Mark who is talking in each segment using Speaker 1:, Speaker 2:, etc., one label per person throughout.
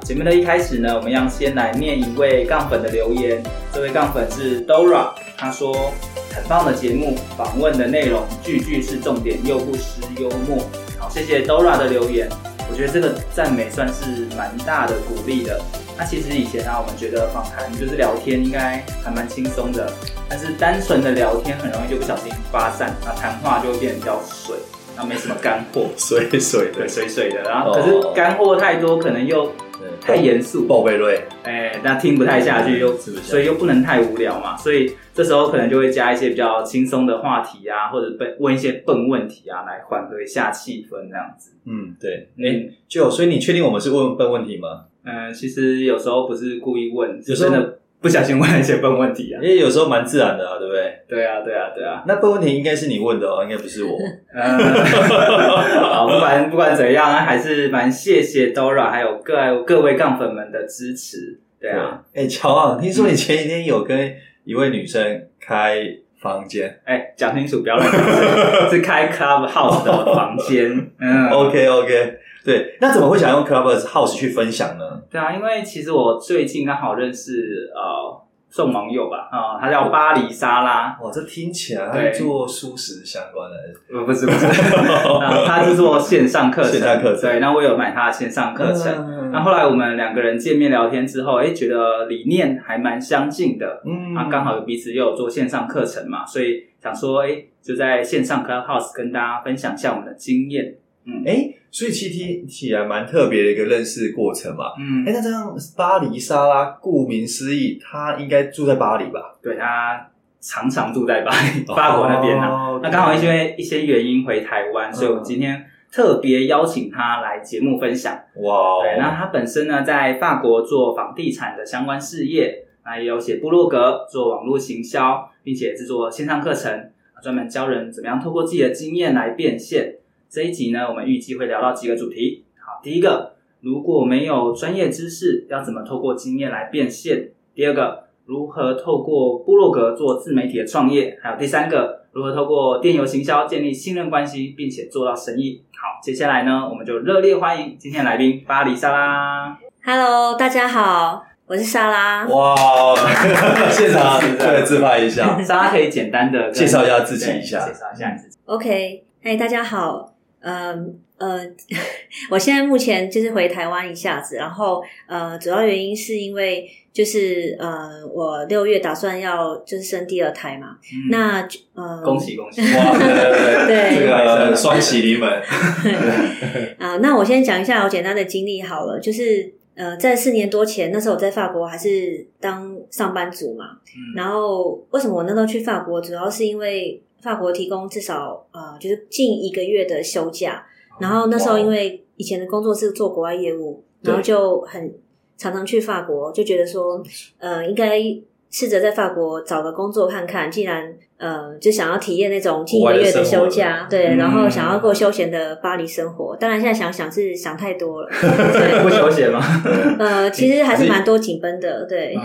Speaker 1: 节目的一开始呢，我们要先来念一位杠粉的留言。这位杠粉是 Dora，他说：“很棒的节目，访问的内容句句是重点，又不失幽默。”好，谢谢 Dora 的留言。我觉得这个赞美算是蛮大的鼓励的。那其实以前啊，我们觉得访谈就是聊天，应该还蛮轻松的。但是单纯的聊天很容易就不小心发散，那谈话就会变得比较水，那没什么干货，
Speaker 2: 水水
Speaker 1: 对，
Speaker 2: 的，
Speaker 1: 水水的。然后可是
Speaker 2: 哦
Speaker 1: 干货太多，可能又太严肃，
Speaker 2: 报贝瑞，
Speaker 1: 哎、那听不太下去又，
Speaker 2: 吃不下去
Speaker 1: 所以又不能太无聊嘛，所以这时候可能就会加一些比较轻松的话题啊，或者笨问一些笨问题啊，来缓和一下气氛这样子。
Speaker 2: 嗯，对，哎，
Speaker 1: 嗯
Speaker 2: 就所以你确定我们是问笨问题吗？
Speaker 1: 嗯、其实有时候不是故意问，
Speaker 2: 有
Speaker 1: 是
Speaker 2: 时候
Speaker 1: 真的不小心问了一些笨问题啊
Speaker 2: 因。为有时候蛮自然的啊，对不对？
Speaker 1: 对啊，对啊，对 啊。
Speaker 2: 那笨问题应该是你问的哦，应该不 是我。
Speaker 1: 呃， 好，不管不管怎样，啊还是蛮谢谢 Dora 还有各各位杠粉们的支持。对啊，，
Speaker 2: 哎，乔啊，听说你前几天有跟一位女生开房间
Speaker 1: 哎、讲清楚，不要乱讲，是开 Clubhouse 的房间。嗯
Speaker 2: ，OK OK，对，那怎么会想用 Clubhouse 去分享呢？
Speaker 1: 对啊，因为其实我最近刚好认识呃宋网友吧，啊、他叫巴黎莎拉，
Speaker 2: 哇，这听起
Speaker 1: 对
Speaker 2: 来做素食相 关的，
Speaker 1: 呃不是不是，那他是做线上课程，
Speaker 2: 线上课程
Speaker 1: 对，那我有买他的线上课程。
Speaker 2: 嗯
Speaker 1: 那后来我们两个人见面聊天之后，哎，觉得理念还蛮相近的，
Speaker 2: 嗯
Speaker 1: 啊，刚好有彼此又有做线上课程嘛，所以想说，哎，就在线上 Clubhouse 跟大家分享一下我们的经验。嗯，
Speaker 2: 哎、，所以其实听起来蛮特别的一个认识过程嘛。
Speaker 1: 嗯
Speaker 2: 哎、，那这样巴黎莎拉，顾名思义，她应该住在巴黎吧？
Speaker 1: 对他常常住在巴黎，法国那边啊。
Speaker 2: 哦嗯
Speaker 1: 那刚好因为一些原因回台湾，所以我们今天特别邀请他来节目分享。
Speaker 2: 哇哦，
Speaker 1: 对，那他本身呢在法国做房地产的相关事业，那也有写部落格、做网络行销，并且制作线上课程，专门教人怎么样透过自己的经验来变现。这一集呢，我们预计会聊到几个主题。好，第一个，如果没有专业知识，要怎么透过经验来变现？第二个，如何透过部落格做自媒体的创业？还有第三个，如何透过电邮行销建立信任关系，并且做到生意？好，接下来呢，我们就热烈欢迎今天来宾巴黎莎拉。
Speaker 3: Hello，大家好，我是莎拉。
Speaker 2: 哇哦， 现场
Speaker 1: 是的
Speaker 2: 对自拍一下，
Speaker 1: 莎拉可以简单的
Speaker 2: 介绍一下自己一下
Speaker 1: 介绍一下你自己。
Speaker 3: OK，嗨，大家好。嗯呃， 我现在目前就是回台湾一下子，然后呃，主要原因是因为就是呃，我六月打算要就是生第二胎嘛。
Speaker 1: 嗯
Speaker 3: 那就呃，
Speaker 1: 恭喜恭喜！
Speaker 2: 哇，对对
Speaker 3: 对
Speaker 2: 这个双喜临门，
Speaker 3: 啊、那我先讲一下我简单的经历好了，就是呃，在四年多前，那时候我在法国还是当上班族嘛，
Speaker 2: 嗯
Speaker 3: 然后为什么我那时候去法国，主要是因为法国提供至少呃，就是近一个月的休假。
Speaker 2: 哦
Speaker 3: 然后那时候因为以前的工作是做国外业务，
Speaker 2: 对
Speaker 3: 然后就很常常去法国，就觉得说，呃，应该试着在法国找个工作看看。既然呃，就想要体验那种近一个月的
Speaker 2: 国
Speaker 3: 休假，
Speaker 2: 外的生活
Speaker 3: 对，
Speaker 1: 嗯
Speaker 3: 然后想要过休闲的巴黎生活。当然现在想想是想太 多了，
Speaker 1: 嗯，
Speaker 3: 对，
Speaker 1: 不休闲吗？
Speaker 3: 呃，其
Speaker 2: 哎
Speaker 3: 实还是蛮多紧绷的，对。
Speaker 2: 啊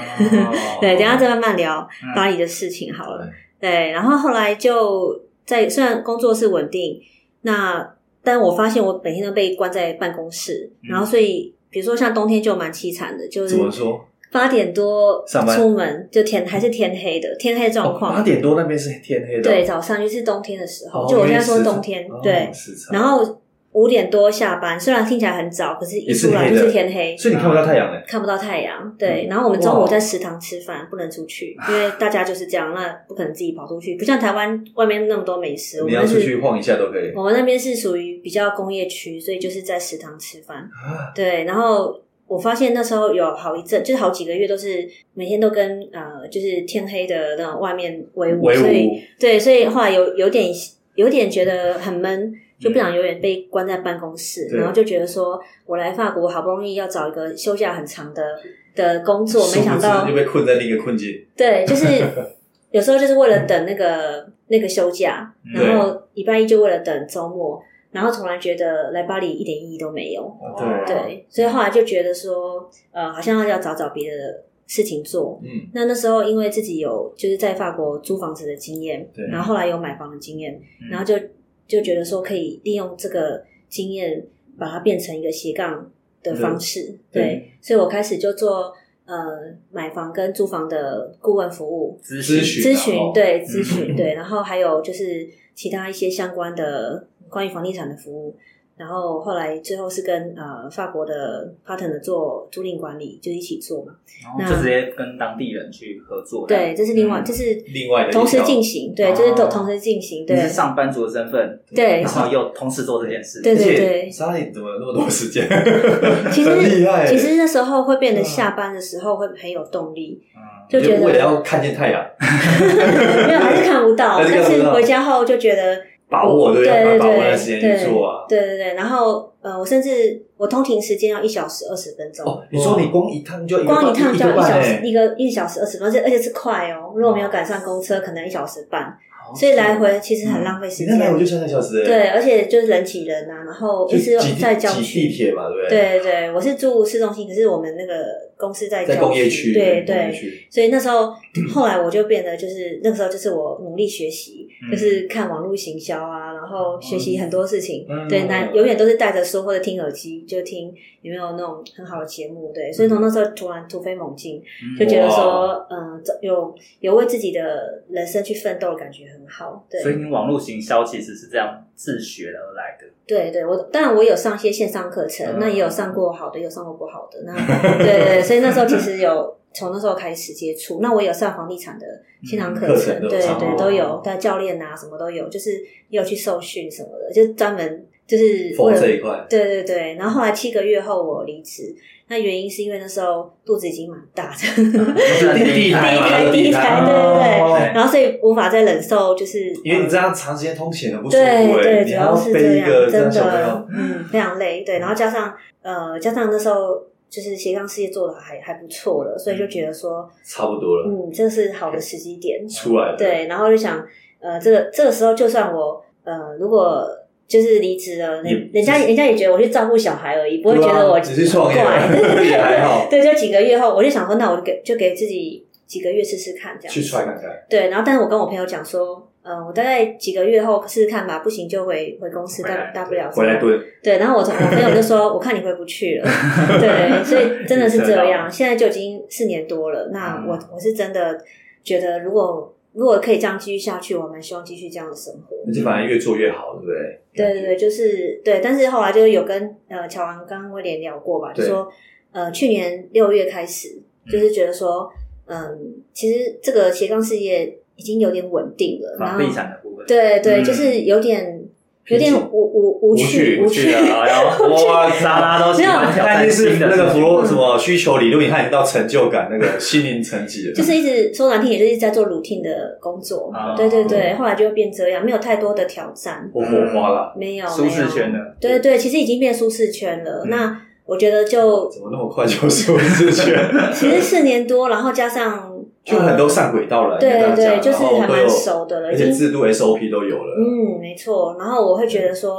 Speaker 3: 对，等一下再慢慢聊
Speaker 1: 嗯
Speaker 3: 巴黎的事情好了。对，然后后来就在虽然工作是稳定，那但我发现我每天都被关在办公室，
Speaker 1: 嗯
Speaker 3: 然后所以比如说像冬天就蛮凄惨的，就
Speaker 2: 怎
Speaker 3: 是
Speaker 2: 么说？
Speaker 3: 八点多
Speaker 2: 上班哦
Speaker 3: 出门就天还是天黑的，天黑状况。
Speaker 2: 八点多那边是天黑的，
Speaker 3: 对，，早上就是冬天的时候，
Speaker 2: 哦
Speaker 3: 就我现在
Speaker 2: 因
Speaker 3: 说
Speaker 2: 为时
Speaker 3: 冬天
Speaker 2: 哦，
Speaker 3: 对，
Speaker 2: 时差
Speaker 3: 然后五点多下班，虽然听起来很早，可是一
Speaker 2: 也是嗯
Speaker 3: 出来
Speaker 2: 黑
Speaker 3: 就
Speaker 2: 的
Speaker 3: 是天黑，
Speaker 2: 所以你看不到太阳嘞，
Speaker 3: 看不到太阳，对。然后我 们中午在食堂吃饭，不能出去，因为大家就是这样，那不可能自己跑出去，不像台湾外面那么多美食。我
Speaker 2: 你
Speaker 3: 们
Speaker 2: 要
Speaker 3: 那
Speaker 2: 出去
Speaker 3: 是
Speaker 2: 晃一下都可以。
Speaker 3: 我们那边是属于比较工业区，所以就是在食堂吃饭，
Speaker 2: 啊
Speaker 3: 对。然后我发现那时候有好一阵，就是好几个月都是每天都跟呃，就是天黑的那种外面围
Speaker 2: 围
Speaker 3: 所以
Speaker 2: 舞
Speaker 3: 对，所以后来有有点有点觉得很闷，就不想永远被关在办公室，
Speaker 2: 嗯对
Speaker 3: 然后就觉得说我来法国好不容易要找一个休假很长的的工作，没想
Speaker 2: 殊
Speaker 3: 到
Speaker 2: 不知又被困在另一个困境。
Speaker 3: 对，就是 有时候就是为了等那个那个休假，
Speaker 2: 嗯对
Speaker 3: 然后礼拜一就为了等周末，然后从来觉得来巴黎一点意义都没有。
Speaker 2: 对，
Speaker 3: 对，所以后来就觉得说，呃，好像要找找别的事情做。
Speaker 2: 嗯，
Speaker 3: 那那时候因为自己有就是在法国租房子的经验
Speaker 2: 对，嗯
Speaker 3: 然后后来有买房的经验，然后就就觉得说可以利用这个经验把它变成一个斜杠的方式，
Speaker 2: 对
Speaker 3: 对，
Speaker 2: 对
Speaker 3: 所以我开始就做呃买房跟租房的顾问服务，
Speaker 1: 咨
Speaker 2: 咨询
Speaker 3: 咨询
Speaker 2: 哦嗯
Speaker 3: 对咨询 对，然后还有就是其他一些相关的关于房地产的服务。然后后来最后是跟呃法国的 partner 做租赁管理，就一起做嘛。
Speaker 1: 然后就直接跟当地人去合作。
Speaker 3: 对，这是另外，这是
Speaker 2: 嗯另外的一条
Speaker 3: 同时进行，对，就是
Speaker 1: 哦
Speaker 3: 同同时进行，对
Speaker 1: 你是上班族的身份，
Speaker 3: 对
Speaker 1: 然后又同时做这件事，
Speaker 3: 对对对
Speaker 2: 莎莉怎么有那么多时间？
Speaker 3: 其实
Speaker 2: 很厉害。欸嗯
Speaker 3: 其实那时候会变得下班的时候会很有动力，
Speaker 1: 嗯
Speaker 3: 就觉得
Speaker 2: 为了要看见太阳，
Speaker 3: 没有还是看不到，
Speaker 2: 还是看
Speaker 3: 但
Speaker 2: 不到
Speaker 3: 是回家后就觉得
Speaker 2: 把握
Speaker 3: 对
Speaker 2: 对
Speaker 3: 对
Speaker 2: 要把握那
Speaker 3: 对
Speaker 2: 个时间去做啊。
Speaker 3: 对对对，然后呃，我甚至我通勤时间要一小时二十分钟，
Speaker 2: 哦，你说你光一趟就一个
Speaker 3: 光一趟就要
Speaker 2: 个
Speaker 3: 一
Speaker 2: 半
Speaker 3: 小
Speaker 2: 欸
Speaker 3: 时，一个一小时二十分钟，而且是快哦，如果没有赶上公
Speaker 2: 哦
Speaker 3: 车，可能一小时半，所以来回其实很浪费时
Speaker 2: 嗯你那来我就
Speaker 3: 间。
Speaker 2: 三
Speaker 3: 啊
Speaker 2: 个小时欸，
Speaker 3: 对，而且就是人挤人啊，然后
Speaker 2: 就
Speaker 3: 一直
Speaker 2: 挤地
Speaker 3: 在郊
Speaker 2: 挤
Speaker 3: 区
Speaker 2: 地，铁嘛，对不对？
Speaker 3: 对对，我是住市中心，可是我们那个公司在
Speaker 2: 在
Speaker 3: 郊
Speaker 2: 工业区，
Speaker 3: 对
Speaker 2: 工业
Speaker 3: 对，
Speaker 2: 区
Speaker 3: 所以那时候后来我就变得就是那个时候就是我努力学习，
Speaker 2: 嗯
Speaker 3: 就是看网络行销啊，然后学习很多事情。
Speaker 2: 嗯
Speaker 3: 对，那永远都是戴着书或者听耳机，就听有没有那种很好的节目。对，所以
Speaker 2: 嗯
Speaker 3: 从那时候突然突飞猛进，就觉得说，嗯、这有有为自己的人生去奋斗，感觉很好。对，
Speaker 1: 所以你网络行销其实是这样自学而来的。
Speaker 3: 对对，我当然我有上一些线上课程，
Speaker 2: 嗯
Speaker 3: 那也有上过好的，也有上过不好的。那对对对，所以那时候其实有从那时候开始接触。那我有上房地产的线上课
Speaker 2: 嗯课
Speaker 3: 程，
Speaker 2: 程都有
Speaker 3: 对
Speaker 2: 上
Speaker 3: 对
Speaker 2: 过嗯
Speaker 3: 都有，但教练啊什么都有，就是也有去受训什么的，就专门就是
Speaker 2: 否
Speaker 3: 为了
Speaker 2: 这一块，
Speaker 3: 对对对。然后后来七个月后我离职，那原因是因为那时候肚子已经蛮大
Speaker 2: 啊
Speaker 3: 的，
Speaker 1: 第
Speaker 2: 一胎嘛
Speaker 3: 第一胎第一胎
Speaker 2: 哦
Speaker 1: 对
Speaker 3: 对
Speaker 1: 对
Speaker 3: 然后所以无法再忍受，就是呃
Speaker 2: 因为你这样长时间通勤很不舒服
Speaker 3: 对
Speaker 2: 欸，
Speaker 3: 对，
Speaker 2: 你
Speaker 3: 主
Speaker 2: 还要
Speaker 3: 要是
Speaker 2: 背一个这
Speaker 3: 样，真
Speaker 2: 样小朋
Speaker 3: 的
Speaker 2: 友，，
Speaker 3: 嗯，非常累。对，然后加上呃，加上那时候就是斜杠事业做的还还不错了，所以就觉得说，
Speaker 2: 差不多了，
Speaker 3: 嗯，这是好的时机点。
Speaker 2: 出来了。
Speaker 3: 对，然后就想，呃，这个这个时候，就算我呃，如果就是离职了，
Speaker 2: 也
Speaker 3: 人人家人家也觉得我去照顾小孩而已，不
Speaker 2: 对啊，
Speaker 3: 会觉得我
Speaker 2: 只是创业
Speaker 3: 怪
Speaker 2: 也还好，
Speaker 3: 对，就几个月后，我就想说，那我就给就给自己几个月试试看，这样
Speaker 2: 去踹看看。
Speaker 3: 对，然后但是我跟我朋友讲说，呃，我大概几个月后试试看吧，不行就回回公司，
Speaker 1: 回来
Speaker 3: 大大不了
Speaker 2: 回来
Speaker 3: 对
Speaker 2: 蹲，
Speaker 3: 对，然后我从我朋友就说，我看你回不去了，对，所以真的是这样。现在就已经四年多了，那我我是真的觉得，如果如果可以这样继续下去，我蛮希望继续这样的生活。
Speaker 2: 而且反正越做越好，对不对？
Speaker 3: 对对对，就是对，但是后来就是有跟呃乔安刚刚威廉聊过吧，就
Speaker 2: 对
Speaker 3: 说呃去年六月开始，就是觉得说，嗯，其实这个斜杠事业已经有点稳定了，然
Speaker 1: 房
Speaker 3: 后
Speaker 1: 地产的部分，
Speaker 3: 对对，
Speaker 1: 嗯
Speaker 3: 就是有点有
Speaker 2: 平静
Speaker 3: 点无无无趣
Speaker 2: 无
Speaker 3: 无
Speaker 1: 去了，然后哇，莎拉都喜 欢挑
Speaker 2: 那
Speaker 1: 战
Speaker 2: 已经是
Speaker 1: 新的
Speaker 2: 那个
Speaker 1: 事
Speaker 2: 弗
Speaker 1: 情
Speaker 2: 洛什么需求理论，你看已经到成就感那个心灵层级了。
Speaker 3: 就是一直说难听，也就是一直在做 routine 的工作，
Speaker 1: 哦
Speaker 3: 对对对，后来就变这样，没有太多的挑战，
Speaker 2: 我火花了，
Speaker 3: 没有
Speaker 1: 舒适圈
Speaker 3: 没有
Speaker 1: 的，
Speaker 3: 对对，其实已经变舒适圈了。
Speaker 1: 嗯
Speaker 3: 那我觉得就
Speaker 2: 怎么那么快就舒适 圈？
Speaker 3: 其实四年多，然后加上
Speaker 2: 就很多上轨道了，
Speaker 3: 对
Speaker 2: 应该这样
Speaker 3: 对就是
Speaker 2: 然后
Speaker 3: 还
Speaker 2: 都
Speaker 3: 蛮
Speaker 2: 有
Speaker 3: 熟的了
Speaker 2: 啊而
Speaker 3: 已
Speaker 2: 且
Speaker 3: 经
Speaker 2: 制度 SOP 都有了。
Speaker 3: 嗯，没错。然后我会觉得说，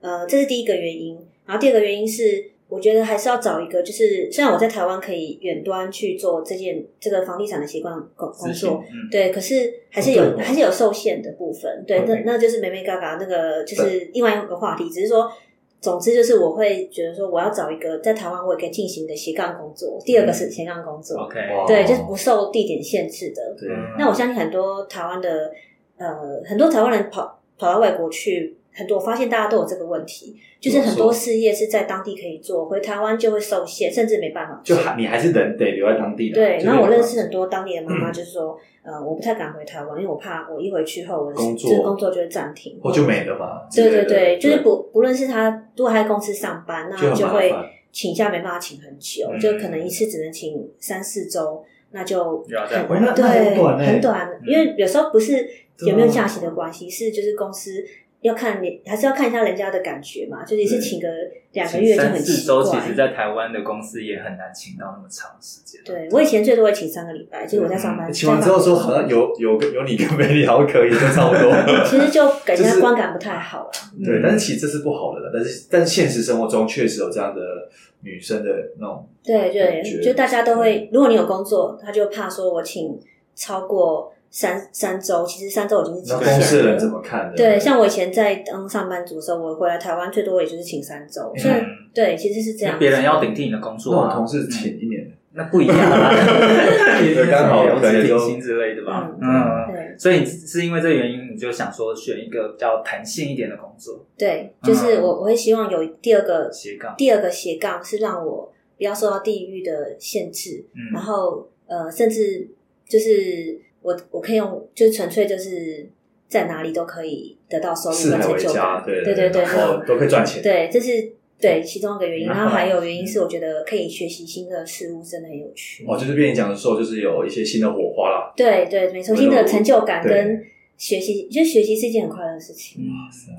Speaker 3: 呃，这是第一个原因。然后第二个原因是，我觉得还是要找一个，就是虽然我在台湾可以远端去做这件这个房地产的习惯工工
Speaker 1: 咨询
Speaker 3: 作，，
Speaker 1: 嗯，
Speaker 3: 对，可是还是
Speaker 2: 哦
Speaker 3: 有、
Speaker 2: 对哦哦
Speaker 3: 还是有受限的部分。对，那
Speaker 2: OK
Speaker 3: 那就是梅梅嘎嘎那个就是另外一个话题，只是说。总之就是，我会觉得说，我要找一个在台湾我也可以进行的斜杠工作。第二个是斜杠工作，
Speaker 1: OK，嗯
Speaker 2: 哇
Speaker 3: 对，就是不受地点限制的。
Speaker 2: 哦对，
Speaker 3: 那我相信很多台湾的呃，很多台湾人跑跑到外国去，很多我发现大家都有这个问题，就是很多事业是在当地可以做，回台湾就会受限，甚至没办法
Speaker 2: 就
Speaker 3: 做。
Speaker 2: 还你还是人得留在当地的。
Speaker 3: 对，
Speaker 2: 就
Speaker 3: 然后我
Speaker 2: 没有
Speaker 3: 认
Speaker 2: 办法
Speaker 3: 识很多当地的妈妈，就是说，呃，我不太敢回台湾，因为我怕我一回去后，我的
Speaker 2: 工作
Speaker 3: 就是工作就会暂停，
Speaker 2: 哦或就没了嘛。之
Speaker 3: 对
Speaker 2: 类
Speaker 3: 对
Speaker 2: 的
Speaker 3: 对，就是不不论是他如果他在公司上班，那
Speaker 2: 就很
Speaker 3: 就
Speaker 2: 麻
Speaker 3: 会
Speaker 2: 烦
Speaker 3: 请假没办法请很久，
Speaker 1: 嗯
Speaker 3: 就可能一次只能请三四周，那就
Speaker 1: 又要再
Speaker 3: 很
Speaker 1: 回
Speaker 2: 来那
Speaker 3: 对
Speaker 2: 很短欸啊
Speaker 3: 很短，因为有时候不是有没有假期的关系，是就是公司要看你还是要看一下人家的感觉嘛，就是是
Speaker 1: 对
Speaker 3: 请个两个月就
Speaker 1: 三
Speaker 3: 很
Speaker 1: 四
Speaker 3: 奇
Speaker 1: 周，其实，
Speaker 3: 怪。
Speaker 1: 在台湾的公司也很难请到那么长时间。
Speaker 3: 对我以前最多会请三个礼拜，就是我在上班。
Speaker 2: 嗯请完之后说好像有有有你跟没你好像可以，就差不 多。
Speaker 3: 其实嗯就给人
Speaker 2: 就
Speaker 3: 家
Speaker 2: 是
Speaker 3: 观感不太好了。
Speaker 2: 对，但是其实这是不好的啦。但是但是现实生活中确实有这样的女生的那种，
Speaker 3: 对
Speaker 2: 感觉
Speaker 3: 对，就大家都会，如果你有工作，他就怕说我请超过三三周，其实三周已经是
Speaker 2: 那
Speaker 3: 极
Speaker 2: 公司
Speaker 3: 限
Speaker 2: 人怎
Speaker 3: 了。
Speaker 2: 么看的？
Speaker 3: 对，像我以前在当上班族的时候，我回来台湾最多也就是请三周，所以
Speaker 1: 嗯
Speaker 3: 对，其实是
Speaker 1: 因
Speaker 3: 这
Speaker 1: 为
Speaker 3: 样。
Speaker 1: 别人要顶替你的工
Speaker 2: 那
Speaker 1: 作
Speaker 2: 我
Speaker 3: 嗯
Speaker 1: 啊，
Speaker 2: 同事请一年，
Speaker 1: 那不一样 啦，
Speaker 2: 对刚好
Speaker 1: 有
Speaker 2: 可能
Speaker 1: 指
Speaker 2: 就
Speaker 1: 定薪之类的吧。
Speaker 2: 嗯
Speaker 1: 嗯，
Speaker 3: 对
Speaker 1: 所以是因为这个原因，你就想说选一个比较弹性一点的工作，
Speaker 3: 对，就是
Speaker 1: 嗯
Speaker 3: 我我会希望有第二个
Speaker 1: 斜杠。
Speaker 3: 第二个斜杠是让我不要受到地域的限制，
Speaker 1: 嗯
Speaker 3: 然后呃，甚至就是我我可以用，就是纯粹就是在哪里都可以得到收入
Speaker 2: 四
Speaker 3: 跟
Speaker 2: 海
Speaker 3: 成
Speaker 2: 为
Speaker 3: 就
Speaker 2: 家，
Speaker 3: 感，
Speaker 2: 对
Speaker 3: 嗯对对对，
Speaker 2: 然后都可以赚钱。
Speaker 3: 对，这是对其中一个原因。
Speaker 2: 然
Speaker 3: 然
Speaker 2: 后
Speaker 3: 后还有原因是，我觉得可以学习新的事物，真的很有趣。
Speaker 2: 哦，就是变你讲的时候，就是有一些新的火花啦。
Speaker 3: 对对，没错，
Speaker 2: 我懂
Speaker 3: 新的成就感
Speaker 2: 对
Speaker 3: 跟学习，就学习是一件很快乐的事情。
Speaker 1: 嗯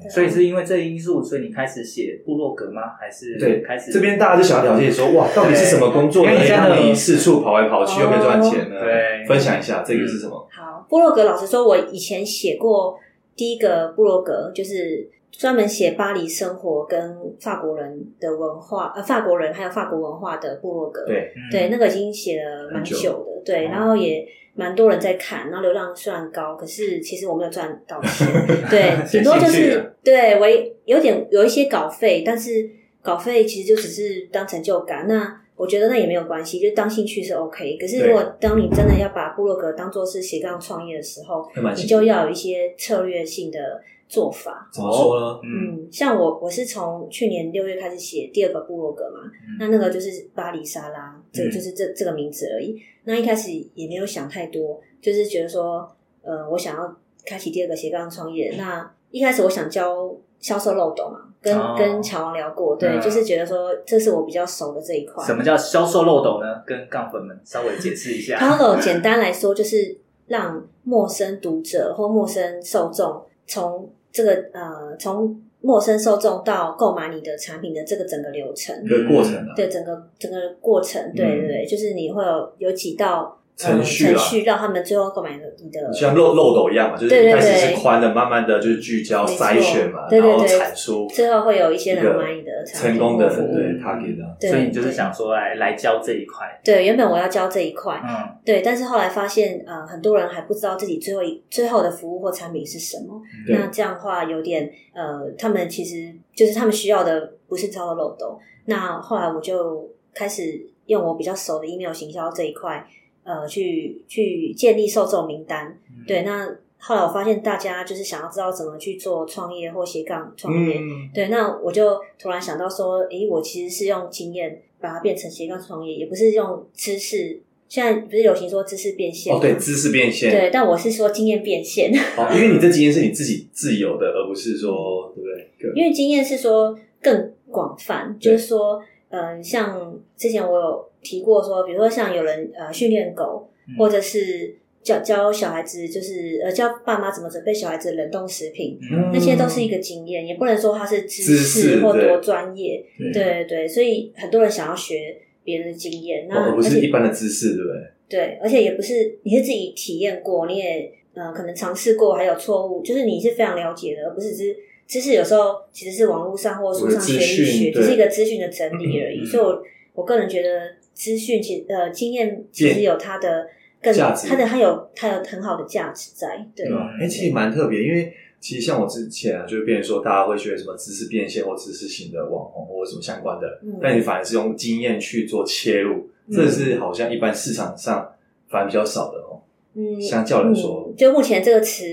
Speaker 3: 对啊
Speaker 1: 所以是因为这因素，所以你开始写部落格吗？还是
Speaker 2: 对
Speaker 1: 开始
Speaker 2: 这边大家就想要了解说，哇，到底是什么工作哎
Speaker 1: 对
Speaker 2: 可以
Speaker 1: 因为
Speaker 2: 让
Speaker 1: 你现在哦
Speaker 2: 你四处跑来跑去又可以赚钱呢？
Speaker 1: 对
Speaker 2: 分享一下这个
Speaker 1: 嗯
Speaker 2: 是什么？
Speaker 3: 好，部落格老实说，我以前写过第一个部落格，就是专门写巴黎生活跟法国人的文化，呃，法国人还有法国文化的部落格。
Speaker 2: 对，
Speaker 1: 嗯
Speaker 3: 对，那个已经写了蛮
Speaker 2: 很久
Speaker 3: 久的，对，
Speaker 2: 哦
Speaker 3: 然后也蛮多人在看，然后流量虽然高，可是其实我没有赚到钱， 对，
Speaker 1: 写
Speaker 3: 顶多就
Speaker 1: 兴趣
Speaker 3: 是
Speaker 1: 啊
Speaker 3: 对我也有点有一些稿费，但是稿费其实就只是当成就感，那我觉得那也没有关系，就当兴趣是 OK。可是如果当你真的要把部落格当做是斜杠创业的时候，
Speaker 2: 还蛮
Speaker 3: 你
Speaker 2: 新
Speaker 3: 就要有一些策略性的做法，
Speaker 2: 怎么说呢？
Speaker 1: 嗯
Speaker 3: 嗯，像我我是从去年六月开始写第二个部落格嘛，那那个就是巴黎沙拉，这
Speaker 1: 嗯
Speaker 3: 就是这这个名字而已。那一开始也没有想太多，就是觉得说，呃，我想要开启第二个斜杠创业。那一开始我想教销售漏斗嘛，跟、
Speaker 1: 哦
Speaker 3: 跟乔王聊过，对，
Speaker 1: 嗯
Speaker 3: 就是觉得说这是我比较熟的这一块。
Speaker 1: 什么叫销售漏斗呢？跟杠粉们稍微解释一下。
Speaker 3: p a l o 简单来说就是让陌生读者或陌生受众从这个呃从陌生受众到购买你的产品的这个整个流程，
Speaker 2: 一个过程啊，
Speaker 3: 对整个整个过程，对对对，就是你会有有几道、呃、
Speaker 2: 嗯程序啊
Speaker 3: 程序让他们最后购买你的。
Speaker 2: 像漏漏斗一样嘛，就是
Speaker 3: 对
Speaker 2: 一
Speaker 3: 对
Speaker 2: 开始
Speaker 3: 对
Speaker 2: 是宽的，慢慢的就是聚焦
Speaker 3: 没错
Speaker 2: 筛选嘛，
Speaker 3: 对对
Speaker 2: 然后
Speaker 3: 对
Speaker 2: 产出
Speaker 3: 最后会有一些人
Speaker 2: 一个
Speaker 3: 买你的产品
Speaker 2: 成功的
Speaker 3: 或服 务
Speaker 2: 对 target 啊。
Speaker 3: 对
Speaker 1: 所以你就是想说来来教这一块，
Speaker 3: 对，原本我要教这一块，
Speaker 1: 嗯，
Speaker 3: 对，但是后来发现，呃，很多人还不知道自己最后一最后的服务或产品是什么。
Speaker 2: 对
Speaker 3: 那这样的话，有点呃，他们其实就是他们需要的不是超的漏斗。那后来我就开始用我比较熟的 email 行销这一块，呃，去去建立受众名单。
Speaker 2: 嗯
Speaker 1: 嗯
Speaker 3: 对，那后来我发现大家就是想要知道怎么去做创业或斜杠创业，
Speaker 2: 嗯，
Speaker 3: 对，那我就突然想到说，诶，我其实是用经验把它变成斜杠创业，也不是用知识。现在不是流行说知识变现
Speaker 2: 哦
Speaker 3: 吗？
Speaker 2: 对，知识变现，
Speaker 3: 对但我是说经验变现，
Speaker 2: 哦，因为你这经验是你自己自有的，而不是说对不对？个
Speaker 3: 因为经验是说更广泛，就是说，嗯、像之前我有提过说，比如说像有人呃训练狗，
Speaker 1: 嗯
Speaker 3: 或者是教教小孩子，就是呃教爸妈怎么准备小孩子冷冻食品，
Speaker 1: 嗯
Speaker 3: 那些都是一个经验，也不能说它是知
Speaker 2: 知识
Speaker 3: 识或
Speaker 2: 对
Speaker 3: 多专业，
Speaker 2: 对
Speaker 3: 对对对，所以很多人想要学别人的经验，那、
Speaker 2: 哦而不
Speaker 3: 而
Speaker 2: 是
Speaker 3: 且
Speaker 2: 一般的知识，对不对？
Speaker 3: 对，而且也不是你是自己体验过，你也呃可能尝试过，还有错误，就是你是非常了解的，而不是只是知识有时候其实是网络上或书上
Speaker 2: 资
Speaker 3: 学一
Speaker 2: 讯
Speaker 3: 学，
Speaker 2: 对
Speaker 3: 只是一个资讯的整理而已。
Speaker 1: 嗯
Speaker 3: 所以我我个人觉得资讯其呃经验其实有它的更
Speaker 2: 价值
Speaker 3: 它的它有它有很好的价值在，对啊
Speaker 2: 对吧？
Speaker 1: 嗯
Speaker 2: 哎、其实蛮特别，因为其实像我之前啊，就变成说大家会学什么知识变现或知识型的网红或者什么相关的，
Speaker 3: 嗯
Speaker 2: 但你反而是用经验去做切入，
Speaker 3: 嗯
Speaker 2: 这是好像一般市场上反而比较少的哦。
Speaker 3: 嗯，
Speaker 2: 相较来说
Speaker 3: 嗯就目前这个词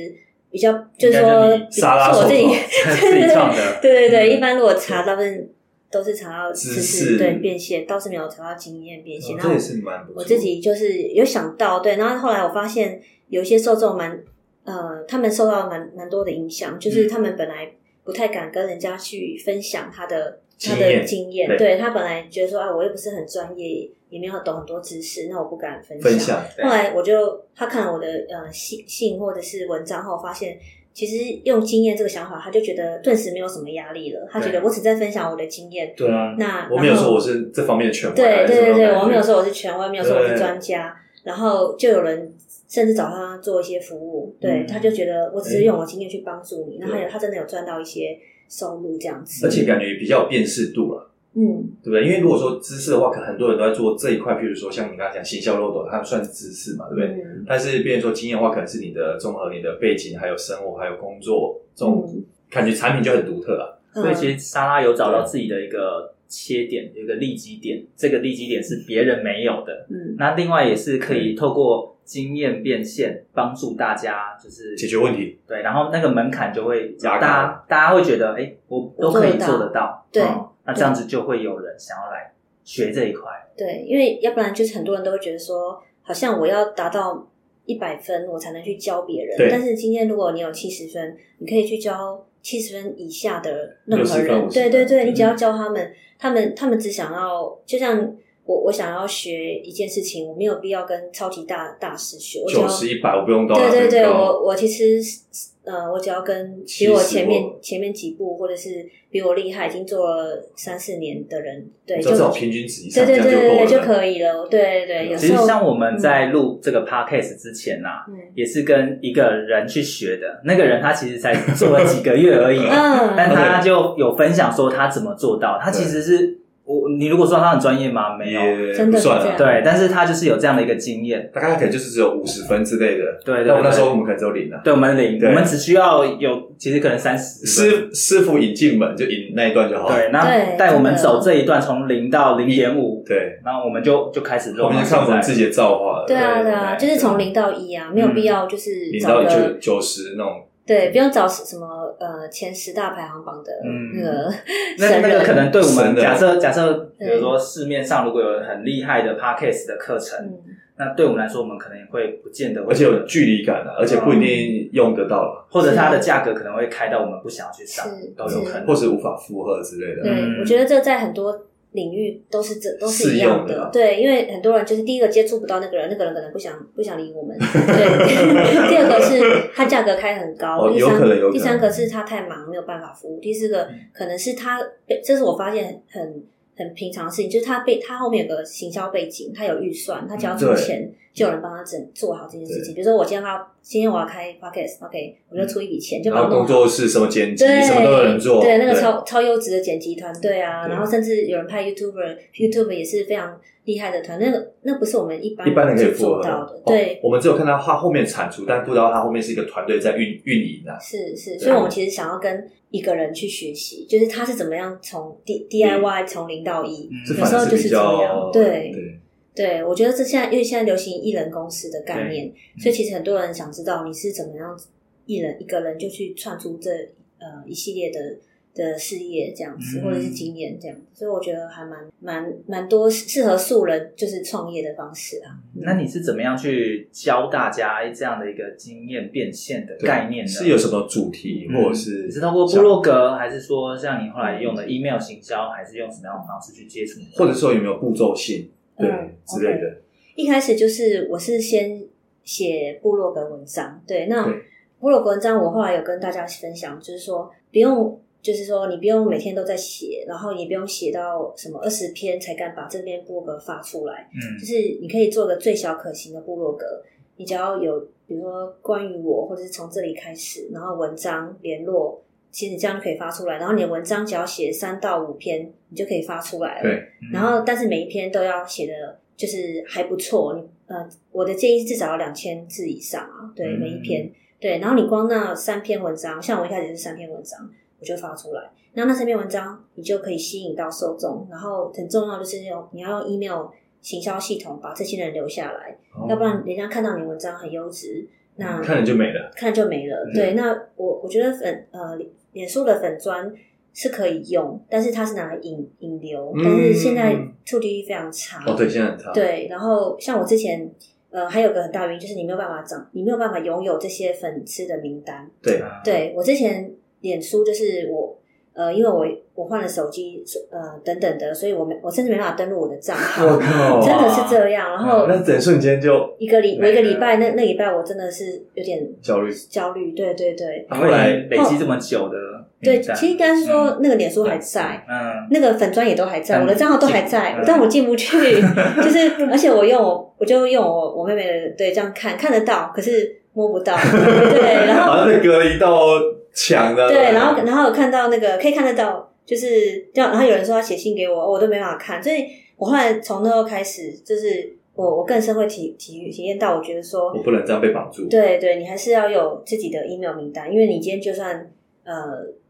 Speaker 3: 比较就是
Speaker 1: 应该
Speaker 3: 说
Speaker 1: 就你
Speaker 3: 比
Speaker 2: 沙拉
Speaker 3: 嗯是我
Speaker 2: 手
Speaker 3: 自己
Speaker 2: 头
Speaker 1: 自己创的，
Speaker 3: 对对
Speaker 1: 嗯
Speaker 3: 对，一般如果查大部分都是查到
Speaker 2: 知
Speaker 3: 知
Speaker 2: 识
Speaker 3: 识对变现，倒是没有查到经验变现。
Speaker 2: 哦
Speaker 3: 然后
Speaker 2: 这也是蛮不错。
Speaker 3: 啊我自己就是有想到对，然后后来我发现有一些受众蛮呃，他们受到蛮蛮多的影响，
Speaker 2: 嗯
Speaker 3: 就是他们本来不太敢跟人家去分享他的。他
Speaker 2: 经
Speaker 3: 的
Speaker 2: 验
Speaker 3: 经验，
Speaker 2: 对
Speaker 3: 对他本来觉得说啊，我又不是很专业，也没有懂很多知识，那我不敢分享。
Speaker 2: 分享，
Speaker 1: 对
Speaker 3: 后来我就他看了我的呃信信或者是文章后，发现其实用经验这个想法，他就觉得顿时没有什么压力了。他觉得我只在分享我的经
Speaker 1: 嗯
Speaker 3: 验，
Speaker 2: 对啊，
Speaker 3: 那
Speaker 2: 我没有说我是这方面的权威，啊
Speaker 3: 对
Speaker 2: 还是
Speaker 3: 对对
Speaker 2: 什么
Speaker 3: 对，
Speaker 2: 感
Speaker 3: 我
Speaker 2: 觉
Speaker 3: 没有说我是权威，没有说我是
Speaker 2: 对
Speaker 3: 专家，然后就有人甚至找他做一些服务，对，
Speaker 2: 嗯
Speaker 3: 他就觉得我只是
Speaker 2: 哎
Speaker 3: 用我经验去帮助你，那他有
Speaker 2: 对
Speaker 3: 他真的有赚到一些收入这样子，
Speaker 2: 而且感觉比较有辨识度了，
Speaker 3: 嗯，
Speaker 2: 对不对？因为如果说知识的话，可能很多人都在做这一块，譬如说像你刚才讲行销漏斗，它算是知识嘛，对不对？
Speaker 3: 嗯
Speaker 2: 但是变成说经验的话，可能是你的综合、你的背景、还有生活、还有工作这种，
Speaker 3: 嗯，
Speaker 2: 感觉产品就很独特了。
Speaker 1: 所以
Speaker 3: 嗯
Speaker 1: 其实莎拉有找到自己的一个切点，有一个利基点，这个利基点是别人没有的。
Speaker 3: 嗯
Speaker 1: 那另外也是可以透过经验变现，帮助大家就是
Speaker 2: 解决问题，
Speaker 1: 对，然后那个门槛就会大
Speaker 2: 压高
Speaker 1: 家大家会觉得，哎，我都可以做得到，
Speaker 3: 对
Speaker 1: 嗯那这样子就会有人想要来学这一块，
Speaker 3: 对，因为要不然就是很多人都会觉得说，好像我要达到一百分，我才能去教别人
Speaker 2: 对。
Speaker 3: 但是今天如果你有七十分，你可以去教七十分以下的任
Speaker 2: 60
Speaker 3: 何
Speaker 2: 分
Speaker 3: 人。
Speaker 2: 50
Speaker 3: 对对对，
Speaker 2: 分嗯
Speaker 3: 你只要教他们，他们他们只想要，就像我我想要学一件事情，我没有必要跟超级大大师学，我只
Speaker 2: 九
Speaker 3: 要
Speaker 2: 十一百我不用到
Speaker 3: 对
Speaker 2: 哪
Speaker 3: 对
Speaker 2: 边
Speaker 3: 对，
Speaker 2: 高
Speaker 3: 我我其实呃，我只要跟
Speaker 2: 其
Speaker 3: 比我
Speaker 2: 实
Speaker 3: 前面
Speaker 2: 我
Speaker 3: 前面几步，或者是比我厉害已经做了三四年的人，对，
Speaker 2: 就
Speaker 3: 就
Speaker 2: 这种平均值以上，
Speaker 3: 对对
Speaker 2: 这
Speaker 3: 对
Speaker 2: 样就够了
Speaker 3: 对对就可以了。对对对，有
Speaker 1: 其
Speaker 3: 时
Speaker 1: 实
Speaker 3: 候
Speaker 1: 像我们在录这个 podcast 之前呐、
Speaker 3: 嗯
Speaker 1: 也是跟一个人去学的，那个人他其实才做了几个月而已， 但
Speaker 3: 嗯，
Speaker 1: 他就有分享说他怎么做到，他其实是我你如果说他很专业吗？没有，
Speaker 2: 也
Speaker 3: 真的
Speaker 2: 不
Speaker 3: 是
Speaker 2: 算
Speaker 3: 这
Speaker 2: 了
Speaker 3: 样。
Speaker 1: 对，但是他就是有这样的一个经验。
Speaker 2: 大概可能就是只有五十分之类的。
Speaker 1: 对对
Speaker 2: 那我们那
Speaker 1: 对
Speaker 2: 时候我们可能只有零啊。
Speaker 1: 对我们零，
Speaker 2: 对
Speaker 1: 我们只需要有，其实可能三十
Speaker 2: 师师傅引进门就引那一段就好。
Speaker 1: 对，那
Speaker 3: 对
Speaker 1: 带我们
Speaker 3: 真的
Speaker 1: 走这一段，从零到零点五，
Speaker 2: 对，
Speaker 1: 然后我们就就开始
Speaker 2: 我
Speaker 1: 录
Speaker 2: 们
Speaker 1: 到
Speaker 2: 就看我们自
Speaker 1: 现在。
Speaker 2: 己的造化了。
Speaker 3: 对
Speaker 2: 对
Speaker 3: 啊
Speaker 2: 嗯
Speaker 3: 对啊，就是从零到一啊，没有必要就是
Speaker 2: 零
Speaker 3: 找
Speaker 2: 到九
Speaker 3: 个
Speaker 2: 九十那种，
Speaker 3: 对，不用找什么呃前十大排行榜的
Speaker 1: 嗯
Speaker 3: 那个
Speaker 1: 那
Speaker 3: 神
Speaker 1: 那个可
Speaker 3: 人，
Speaker 1: 能对我
Speaker 2: 神
Speaker 1: 们
Speaker 2: 的
Speaker 1: 假设假设，比
Speaker 3: 对
Speaker 1: 如说市面上如果有很厉害的 podcast 的课程，
Speaker 3: 嗯，
Speaker 1: 那对我们来说，我们可能也会不见得会
Speaker 2: 而且有距离感的，啊而且不
Speaker 3: 嗯
Speaker 2: 一定用得到了，
Speaker 1: 或者它的价格可能会开到我们不想要去上
Speaker 3: 是，
Speaker 1: 都有可
Speaker 3: 嗯
Speaker 1: 能
Speaker 2: 或。是无法负荷之类的。
Speaker 3: 对，我觉得这在很多领域都是这都是一
Speaker 2: 嗯适
Speaker 3: 样
Speaker 2: 用的啦
Speaker 3: 对，因为很多人就是第一个接触不到那个人，那个人可能不想不想理我 们，对。 第二个是他价格开很高，
Speaker 2: 哦
Speaker 3: 第
Speaker 2: 有可能有可能嗯
Speaker 3: 三第三个是他太忙没有办法服务，第四个可能是他被，这是我发现很很平常的事情，就是他被他后面有个行销背景，他有预算，他只要出
Speaker 2: 对
Speaker 3: 钱就有人帮他整做好这件事情。比如说我今天要今天我要开 podcast，OK，、我就出一笔钱就
Speaker 2: 然
Speaker 3: 把
Speaker 2: 后
Speaker 3: 我
Speaker 2: 工
Speaker 3: 弄好。
Speaker 2: 作室什么剪辑
Speaker 3: 对，
Speaker 2: 什么都有人做，
Speaker 3: 对，那个超超优质的剪辑团队啊，
Speaker 2: 对
Speaker 3: 然后甚至有人拍 YouTuber，YouTube 也是非常厉害的团，那个那不是我们一般
Speaker 2: 一般人可以
Speaker 3: 去
Speaker 2: 负
Speaker 3: 做
Speaker 2: 荷
Speaker 3: 到的
Speaker 2: 哦，
Speaker 3: 对，
Speaker 2: 我们只有看到它后面产出，但不知道它后面是一个团队在运运营啊。
Speaker 3: 是是，所以我们其实想要跟一个人去学习，就是他是怎么样从 D DIY 从零到一，
Speaker 1: 嗯
Speaker 2: 这
Speaker 3: 有
Speaker 2: 反
Speaker 3: 时
Speaker 2: 而
Speaker 3: 候就是
Speaker 2: 比
Speaker 3: 这
Speaker 2: 较
Speaker 3: 样，对
Speaker 2: 对，
Speaker 3: 对，我觉得这现在因为现在流行艺人公司的概念，所以其实很多人想知道你是怎么样一人一个人就去串出这呃一系列的的事业这样子，
Speaker 1: 嗯
Speaker 3: 或者是经验这样，所以我觉得还蛮蛮蛮多适合素人就是创业的方式啊。
Speaker 1: 那你是怎么样去教大家这样的一个经验变现的
Speaker 2: 对
Speaker 1: 概念呢？
Speaker 2: 是有什么主题，
Speaker 1: 嗯
Speaker 2: 或者是啊嗯
Speaker 1: 你是通过部落格，还是说像你后来用的 email 行销，还是用什么样的方式去接触？
Speaker 2: 或者说有没有步骤性，对
Speaker 3: 嗯
Speaker 2: 之类的，
Speaker 3: 一开始就是我是先写部落格文章，对，那
Speaker 2: 对
Speaker 3: 部落格文章我后来有跟大家分享，就是说不用，就是说你不用每天都在写，然后也不用写到什么二十篇才敢把这篇部落格发出来，
Speaker 1: 嗯
Speaker 3: 就是你可以做个最小可行的部落格，你只要有比如说关于我，或者是从这里开始，然后文章联络。其实这样就可以发出来，然后你的文章只要写三到五篇，你就可以发出来了。
Speaker 2: 对。
Speaker 3: 然
Speaker 1: 嗯
Speaker 2: 嗯
Speaker 3: 后但是每一篇都要写的，就是还不错。你呃，我的建议是至少要两千字以上啊，对，
Speaker 1: 嗯
Speaker 3: 每一篇对。然后你光那三篇文章，像我一开始是三篇文章，我就发出来。那那三篇文章，你就可以吸引到受众。然后很重要就是用你要用 email 行销系统把这些人留下来，
Speaker 2: 哦嗯
Speaker 3: 要不然人家看到你文章很优质，那
Speaker 2: 看了就没了。
Speaker 3: 看就没了。
Speaker 1: 嗯
Speaker 3: 对，那我我觉得粉呃脸书的粉砖是可以用，但是它是拿来引引流，
Speaker 2: 嗯
Speaker 3: 但是现在触及率非常差。
Speaker 2: 哦，对，现在很差。
Speaker 3: 对然后像我之前呃还有个很大原因就是你没有办法涨，你没有办
Speaker 2: 嗯
Speaker 3: 法拥有这些粉丝的名单。
Speaker 2: 对，
Speaker 3: 对我之前脸书就是我。呃，因为我我换了手机，呃等等的，所以我没我甚至没办法登录我的账号，
Speaker 2: 我靠，
Speaker 3: 真的是这样。然后
Speaker 2: 那整瞬间就
Speaker 3: 一个礼我
Speaker 2: 嗯没
Speaker 3: 一
Speaker 2: 了
Speaker 3: 个礼拜那那礼拜我真的是有点
Speaker 2: 焦虑。
Speaker 3: 焦虑，对对对
Speaker 2: 后来
Speaker 1: 累积这么久的
Speaker 3: 对，
Speaker 1: 内战
Speaker 3: 其实应该是说那个脸书还在，
Speaker 1: 嗯
Speaker 3: 那个粉砖也都还在，
Speaker 1: 但
Speaker 3: 我的账号都还在
Speaker 1: 嗯嗯，
Speaker 3: 但我进不去，就是而且我用我我就用我我妹妹的对这样看看得到，可是摸不到，对，然
Speaker 2: 好
Speaker 3: 后
Speaker 2: 像被隔了一道墙的。
Speaker 3: 对，然后然后有看到那个可以看得到，就是这样，然后有人说要写信给我，我都没办法看，所以我后来从那时候开始，就是我我更深会体体体验到，我觉得说
Speaker 2: 我不能这样被绑住。
Speaker 3: 对对，你还是要有自己的 email 名单，因为你今天就算呃，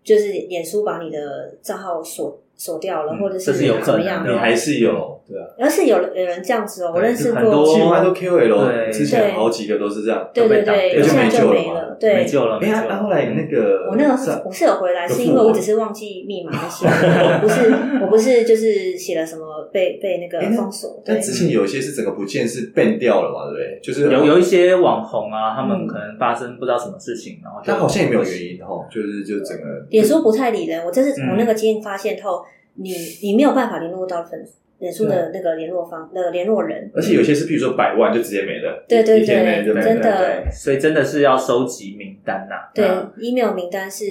Speaker 3: 就是脸书把你的账号锁锁掉了，
Speaker 1: 嗯
Speaker 3: 或者
Speaker 1: 这是有可
Speaker 3: 怎么
Speaker 1: 能
Speaker 3: 样
Speaker 1: 的
Speaker 2: 你，还是有对啊，
Speaker 3: 而是有有人这样子哦，我
Speaker 1: 对
Speaker 3: 认识
Speaker 1: 很
Speaker 3: 过，
Speaker 1: 多
Speaker 2: 其实蛮多
Speaker 1: 对
Speaker 2: KOL 之前好几个都是这样。
Speaker 3: 对对
Speaker 1: 都被打
Speaker 3: 对，
Speaker 1: 掉
Speaker 3: 现在
Speaker 2: 就没
Speaker 3: 就
Speaker 2: 救了
Speaker 3: 没
Speaker 2: 嘛
Speaker 3: 了，对，
Speaker 1: 没救了，啊
Speaker 2: 哎
Speaker 1: 没救
Speaker 2: 呀，
Speaker 1: 了。
Speaker 2: 那后来那个
Speaker 3: 我那个是
Speaker 2: 是
Speaker 3: 我是有回来，
Speaker 2: 有
Speaker 3: 是
Speaker 2: 付
Speaker 3: 因为我
Speaker 2: 吗
Speaker 3: 只是忘记密码那 些，我不是我不是就是写了什么被被那个
Speaker 2: 诶那
Speaker 3: 封锁，对
Speaker 2: 但之前有一些是整个不见是 ban 掉了嘛，对不对？就是
Speaker 1: 有有一些网红啊，他们
Speaker 3: 嗯
Speaker 1: 可能发生不知道什么事情，然后就
Speaker 2: 但嗯好像也没有原因哈，就是就整个
Speaker 3: 脸书不太理人，我这是
Speaker 1: 嗯
Speaker 3: 从那个经验发现后，你你没有办法联络到粉脸书的那个联络方的联络人，
Speaker 2: 而且有些是，比如说百万就直接没了，
Speaker 3: 对对
Speaker 2: 一天内就没
Speaker 3: 对，
Speaker 2: 了
Speaker 3: 真的
Speaker 1: 对，所以真的是要收集名单呐、
Speaker 3: 对
Speaker 1: 嗯
Speaker 3: email 名单是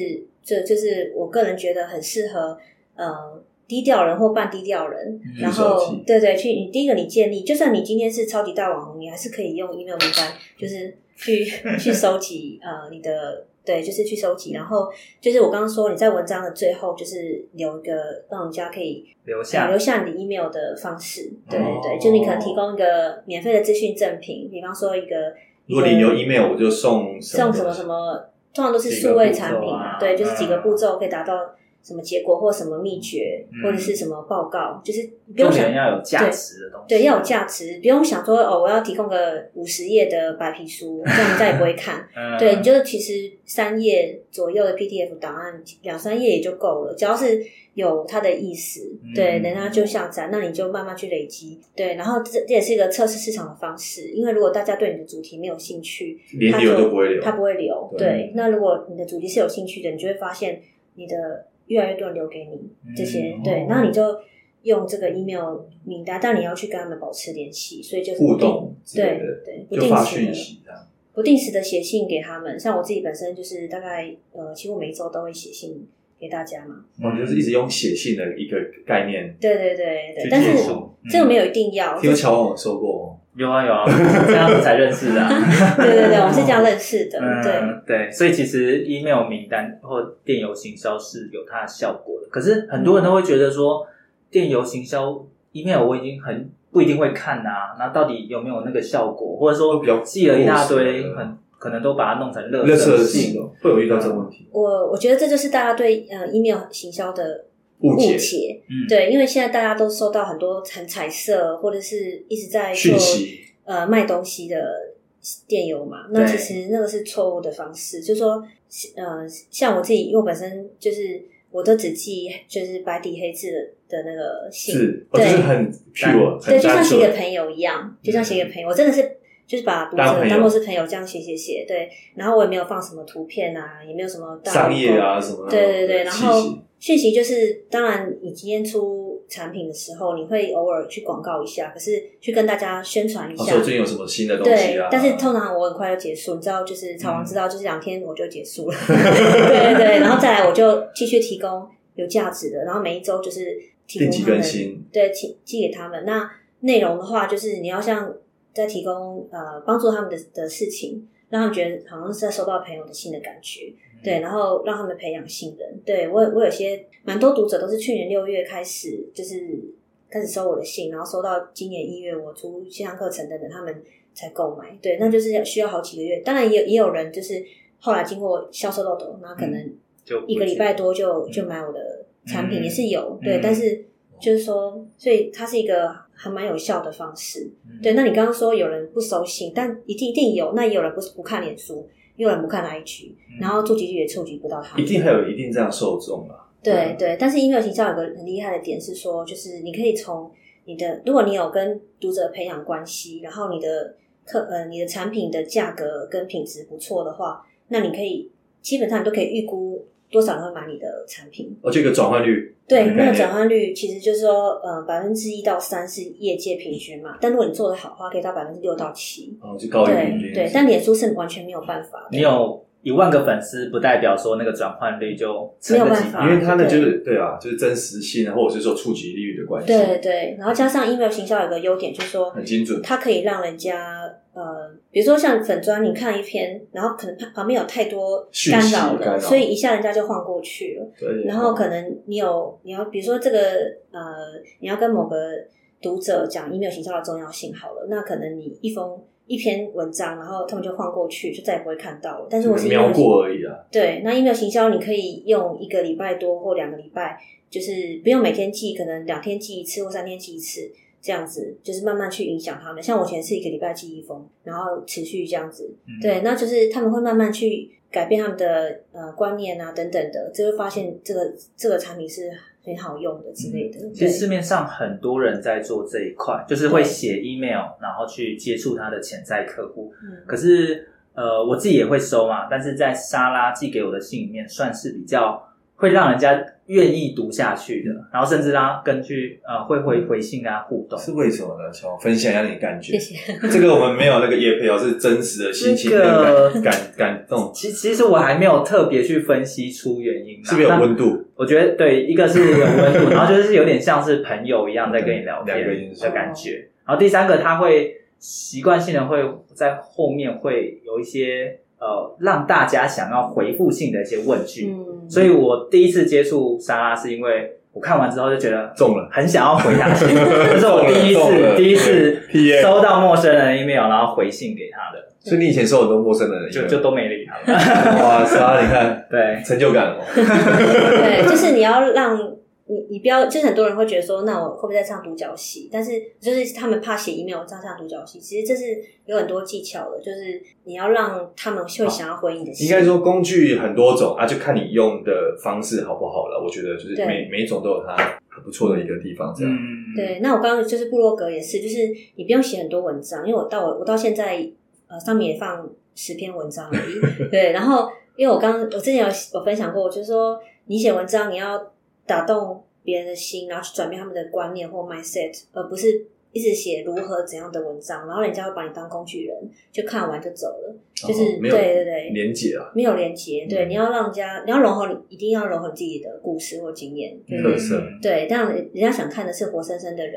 Speaker 3: 这就是我个人觉得很适合呃低调人或半低调人，
Speaker 1: 嗯
Speaker 3: 然
Speaker 2: 手
Speaker 3: 后
Speaker 2: 机
Speaker 3: 对对去你第一个你建立，就算你今天是超级大网红，你还是可以用 email 名 单，就是去去收集呃你的。对，就是去收集，然后就是我刚刚说你在文章的最后，就是留一个让人家可以
Speaker 1: 留
Speaker 3: 保
Speaker 1: 下
Speaker 3: 留下你的 email 的方式，对对对，
Speaker 2: 哦
Speaker 3: 就你可能提供一个免费的资讯赠品，比方说一
Speaker 1: 嗯
Speaker 3: 个
Speaker 2: 如果你留 email，我就送
Speaker 3: 送什么什么，通常都是数位产品嘛，
Speaker 1: 几个步骤啊
Speaker 3: 对，就是几个步骤可以达到什么结果或什么秘诀，
Speaker 1: 嗯
Speaker 3: 或者是什么报告，就是不用
Speaker 1: 重
Speaker 3: 想
Speaker 1: 点要有价值的东西，。
Speaker 3: 对要有价值，不用想说哦，我要提供个五十页的白皮书，这样人家也不会看
Speaker 1: 嗯
Speaker 3: 对，你就是其实三页左右的 PDF 档案，两三页也就够了，只要是有它的意思，
Speaker 1: 嗯
Speaker 3: 对，人家就下载，那你就慢慢去累积，对，然后这这也是一个测试市场的方式，因为如果大家对你的主题没有兴趣，
Speaker 2: 连
Speaker 3: 他
Speaker 2: 留
Speaker 3: 就
Speaker 2: 都不会留，
Speaker 3: 它不会留。
Speaker 2: 对
Speaker 3: 对，那如果你的主题是有兴趣的，你就会发现你的越来越多人留给你这些
Speaker 1: 嗯，
Speaker 3: 对
Speaker 2: 哦，
Speaker 3: 那你就用这个 email 名单，但你要去跟他们保持联系，所以就是
Speaker 2: 互
Speaker 3: 不定
Speaker 2: 动之类
Speaker 3: 对
Speaker 2: 的，
Speaker 3: 对，不
Speaker 2: 就
Speaker 3: 定
Speaker 2: 发
Speaker 3: 时
Speaker 2: 讯
Speaker 3: 的
Speaker 2: 息这样。
Speaker 3: 不定时的写信给他们。像我自己本身就是大概呃，其实我每一周都会写信给大家嘛。
Speaker 2: 我们就是一直用写信的一个概念，
Speaker 3: 对对对
Speaker 1: 去
Speaker 3: 对，但
Speaker 1: 接
Speaker 3: 是
Speaker 1: 触嗯
Speaker 3: 这个没有一定要，
Speaker 2: 听说乔王有收过哦，
Speaker 1: 有啊有啊，这样子才认识的、 啊。
Speaker 3: 对对对，我们是这 样认识的，对。
Speaker 1: 嗯，对，所以其实 email 名单或电邮行销是有它的效果的。可是很多人都会觉得说，电邮行销 email 我已经很不一定会看呐、那到底有没有那个效果？或者
Speaker 2: 都
Speaker 1: 说
Speaker 2: 比较
Speaker 1: 寄了一大堆
Speaker 2: 过时，了
Speaker 1: 很可能都把它弄成垃
Speaker 2: 热
Speaker 1: 圾
Speaker 2: 色
Speaker 1: 信
Speaker 2: 信，哦会有遇到这个问题，
Speaker 3: 我我觉得这就是大家对呃 email 行销的
Speaker 2: 误解
Speaker 1: 嗯
Speaker 3: 对，因为现在大家都收到很多很彩色或者是一直在做
Speaker 2: 讯息
Speaker 3: 呃卖东西的电邮嘛，那
Speaker 1: 对
Speaker 3: 其实那个是错误的方式，就是说呃像我自己，因为我本身就是我都只记就是白底黑字的的那个信，
Speaker 2: 是，哦，就
Speaker 3: 对
Speaker 2: 是很 pure，
Speaker 3: 对，
Speaker 2: 很
Speaker 3: 就像
Speaker 2: 单
Speaker 3: 写给
Speaker 2: 纯，嗯
Speaker 3: 朋友一样，就像写给朋友，我真的是就是把读者
Speaker 2: 当朋友
Speaker 3: 当做是朋友这样写写写，对，然后我也没有放什么图片啊，也没有什么大
Speaker 2: 商业啊什么的，
Speaker 3: 哦对对对，然
Speaker 2: 气息
Speaker 3: 后讯息就是，当然你今天出产品的时候，你会偶尔去广告一下，可是去跟大家宣传一
Speaker 2: 他
Speaker 3: 下
Speaker 2: 哦说。最近有什么新的东西
Speaker 3: 对
Speaker 2: 啊？，嗯
Speaker 3: 但是通常我很快就结束，你知道，就是草王知道，就是两天我就结 束了。对对对，然后再来我就继续提供有价值的，然后每一周就是提供
Speaker 2: 定期
Speaker 3: 他们
Speaker 2: 更新，
Speaker 3: 对，寄寄给他们。那内容的话，就是你要像在提供呃帮助他们的的事情，让他们觉得好像是在收到朋友的信的感觉，
Speaker 2: 嗯
Speaker 3: 对，然后让他们培养信任。对我我有些蛮多读者都是去年六月开始就是开始收我的信，然后收到今年一月我出线上课程等等，他们才购买。对，那就是要需要好几个月。当然也有也有人就是后来经过销售漏斗，然后可
Speaker 2: 嗯
Speaker 3: 能
Speaker 1: 就不
Speaker 3: 一个礼
Speaker 1: 记
Speaker 3: 拜多就
Speaker 1: 嗯
Speaker 3: 就买我的产品
Speaker 1: 嗯
Speaker 3: 也是有，对，
Speaker 1: 嗯
Speaker 3: 但是就是说，所以它是一个还蛮有效的方式。
Speaker 1: 嗯
Speaker 3: 对，那你刚刚说有人不收信，但一定一定有，那也有人不不看脸书，也有人不看 IG，然
Speaker 1: 嗯
Speaker 3: 后触及率也触及不到他
Speaker 2: 一
Speaker 3: 们。
Speaker 2: 定还有一定这样受众啊，
Speaker 1: 嗯
Speaker 3: 对对，但是 email 行销有个很厉害的点是说，就是你可以从你的，如果你有跟读者培养关系，然后你的客呃你的产品的价格跟品质不错的话，那你可以基本上你都可以预估多少人会买你的产品。
Speaker 2: 哦，这个转换率，
Speaker 3: 对，
Speaker 2: 嗯
Speaker 3: 那个转换率其实就是说，呃，百分之一到三是业界平均嘛，但如果你做得好的话，可以到百分之六到七。
Speaker 2: 哦，就高于平
Speaker 3: 对
Speaker 2: 均，
Speaker 3: 对，但脸书是完全没有办法的
Speaker 1: 你。有一万个粉丝，不代表说那个转换率就
Speaker 3: 没
Speaker 1: 成
Speaker 3: 有
Speaker 1: 了
Speaker 3: 办
Speaker 1: 几
Speaker 3: 法
Speaker 2: 因为它的就是对啊，就是真实性啊，或者是说触及率的关系，
Speaker 3: 对，对，然后加上 email 行销有个优点，就是说
Speaker 2: 很精准。
Speaker 3: 它可以让人家呃，比如说像粉砖，你看一篇，然后可能旁旁边有太多
Speaker 2: 讯
Speaker 3: 干
Speaker 2: 息
Speaker 3: 扰
Speaker 2: 干扰
Speaker 3: 了，所以一下人家就晃过去了。
Speaker 2: 对，
Speaker 3: 然后可能你有你要比如说这个呃，你要跟某个读者讲 email 行销的重要性好了，那可能你一封一篇文章，然后他们就晃过去，就再也不会看到了。但是我是
Speaker 2: 只能瞄
Speaker 3: email
Speaker 2: 过而已啊，
Speaker 3: 对，那 email 行销你可以用一个礼拜多或两个礼拜，就是不用每天寄，可能两天寄一次或三天寄一次，这样子就是慢慢去影响他们。像我以前是一个礼拜寄一封，然后持续这样子，
Speaker 1: 嗯
Speaker 3: 对，那就是他们会慢慢去改变他们的呃观念啊等等的，就会发现这个这个产品是很好用的之类的。
Speaker 1: 嗯其
Speaker 3: 对
Speaker 1: 实市面上很多人在做这一块，就是会写 email，然后去接触他的潜在客户。
Speaker 3: 嗯
Speaker 1: 可是呃，我自己也会收嘛，但是在莎拉寄给我的信里面，算是比较会让人家愿意读下去
Speaker 2: 嗯
Speaker 1: 的，然后甚至他根据呃会回回信跟他互动。
Speaker 2: 是为什么呢？请我分享一下你的感觉
Speaker 3: 谢。谢。
Speaker 2: 这个我们没有那个叶配哦，是真实的心情
Speaker 1: 那个
Speaker 2: 跟感感感动，
Speaker 1: 其其实我还没有特别去分析出原因啦，
Speaker 2: 是不是有
Speaker 1: 那
Speaker 2: 温度？
Speaker 1: 我觉得对，一个是有温 度，然后就是有点像是朋友一样在跟你聊
Speaker 2: 两个因
Speaker 1: 天
Speaker 2: 素
Speaker 1: 的感
Speaker 2: 哦
Speaker 1: 觉。然后第三个，他会习惯性的会在后面会有一些呃，让大家想要回复性的一些问句。
Speaker 3: 嗯，
Speaker 1: 所以我第一次接触莎拉，是因为我看完之后就觉得
Speaker 2: 中了
Speaker 1: 很想要回他 信，这是我第一
Speaker 2: 中了
Speaker 1: 次第一次
Speaker 2: PA
Speaker 1: 收到陌生人的 email，然后回信给他的，
Speaker 2: 所以你以前收很多陌生的人，
Speaker 1: 就就都没理他了。
Speaker 2: 哇塞，啊你看
Speaker 1: 对，
Speaker 2: 成就感哦。
Speaker 3: 对，就是你要让你你不要，就是很多人会觉得说，那我会不会在唱独角戏？但是就是他们怕写 email 这样唱独角戏，其实这是有很多技巧的，就是你要让他们会想要回你的
Speaker 2: 啊
Speaker 3: 信。
Speaker 2: 应该说工具很多种啊，就看你用的方式好不好了。我觉得就是
Speaker 3: 对
Speaker 2: 每每一种都有它很不错的一个地方，这样。
Speaker 1: 嗯，
Speaker 3: 对。那我刚刚就是部落格也是，就是你不用写很多文章，因为我到我我到现在呃上面也放十篇文章而已。对，然后因为我刚我之前有有分享过，我就是说你写文章你要打动别人的心，然后去转变他们的观念或 mindset，而不是一直写如何怎样的文章，然后人家会把你当工具人，就看完就走了，就是、
Speaker 2: 哦没
Speaker 3: 对
Speaker 2: 有
Speaker 3: 对对。
Speaker 2: 连结啊，
Speaker 3: 没有连接，对，
Speaker 2: 嗯
Speaker 3: 你要让人家，你要融合你，一定要融合你自己的故事或经验，
Speaker 1: 嗯
Speaker 3: 对
Speaker 2: 特色。
Speaker 3: 对，但人家想看的是活生生的人，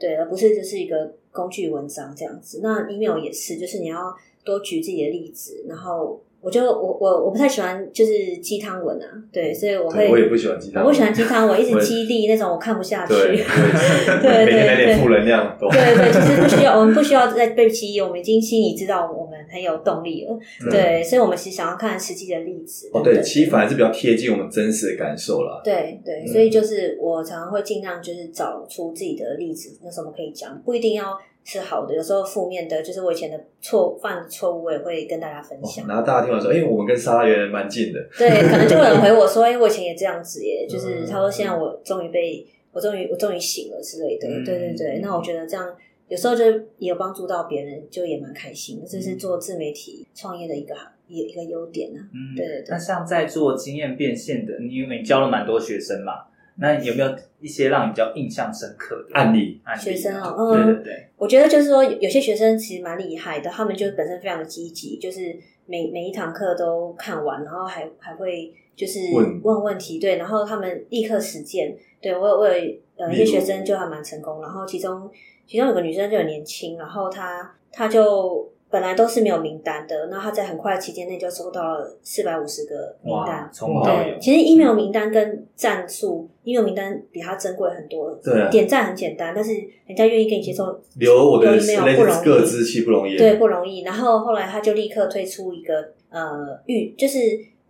Speaker 3: 对，而不是就是一个工具文章这样子。那 email 也是，就是你要多举自己的例子，然后我就我我我不太喜欢就是鸡汤文啊，对，所以我会
Speaker 2: 嗯对，我也不喜欢鸡汤，
Speaker 3: 我不喜 欢鸡汤文，一
Speaker 2: 我
Speaker 3: 直
Speaker 2: 也
Speaker 3: 激励那种我看不下去，
Speaker 2: 对，
Speaker 3: 对
Speaker 2: 对
Speaker 3: 对
Speaker 2: 每天来点
Speaker 3: 对
Speaker 2: 负能量都。
Speaker 3: 对对，其实不需要，我们不需要再被激励，我们已经心里知道我们很有动力了，
Speaker 2: 嗯
Speaker 3: 对，所以我们其实想要看实际的例子。
Speaker 2: 哦，
Speaker 3: 等
Speaker 2: 对，
Speaker 3: 等
Speaker 2: 其实反而是比较贴近我们真实的感受啦。
Speaker 3: 对对，所以就是我常常会尽量就是找出自己的例子，有什么可以讲，不一定要是好的，有时候负面的，就是我以前的错犯的错误，我也会跟大家分
Speaker 2: 哦
Speaker 3: 享。
Speaker 2: 然后大家听完说，哎，我们跟莎拉原来蛮近的，
Speaker 3: 对，可能就有人回我说：“哎、我以前也这样子耶。”就是
Speaker 2: 嗯
Speaker 3: 他说：“现在我终于被我终于我终于醒了之类的。
Speaker 1: 嗯
Speaker 3: 对对对，那我觉得这样有时候就是也有帮助到别人，就也蛮开心的。这是做自媒体创业的一个一一个优点啊。
Speaker 1: 嗯
Speaker 3: 对对对
Speaker 1: 那像在做经验变现的，你因为你教了蛮多学生嘛，那有没有一些让你比较印象深刻的
Speaker 2: 案例？
Speaker 1: 案例啊
Speaker 3: 学生哦
Speaker 1: 对
Speaker 3: 嗯
Speaker 1: 对对，
Speaker 3: 我觉得就是说，有有些学生其实蛮厉害的，他们就是本身非常的积极，就是每每一堂课都看完，然后还还会就是
Speaker 2: 问
Speaker 3: 问问题，对，然后他们立刻实践。对我有我有呃
Speaker 2: 例
Speaker 3: 一
Speaker 2: 如
Speaker 3: 些学生就还蛮成功，然后其中其中有个女生就很年轻，然后她她就本来都是没有名单的，那她在很快的期间内就收到了四百五十个名
Speaker 1: 哇
Speaker 3: 单，。
Speaker 1: 从无到
Speaker 2: 哇
Speaker 1: 有
Speaker 3: 对，，其实 email 名单跟战术 email 名单比它珍贵很多，
Speaker 2: 对啊
Speaker 3: 点赞很简单，但是人家愿意跟你接受
Speaker 2: 留我的
Speaker 3: 留 email 不容易
Speaker 2: 各自其不容易。
Speaker 3: 对，不容易。然后后来他就立刻推出一个呃预，就是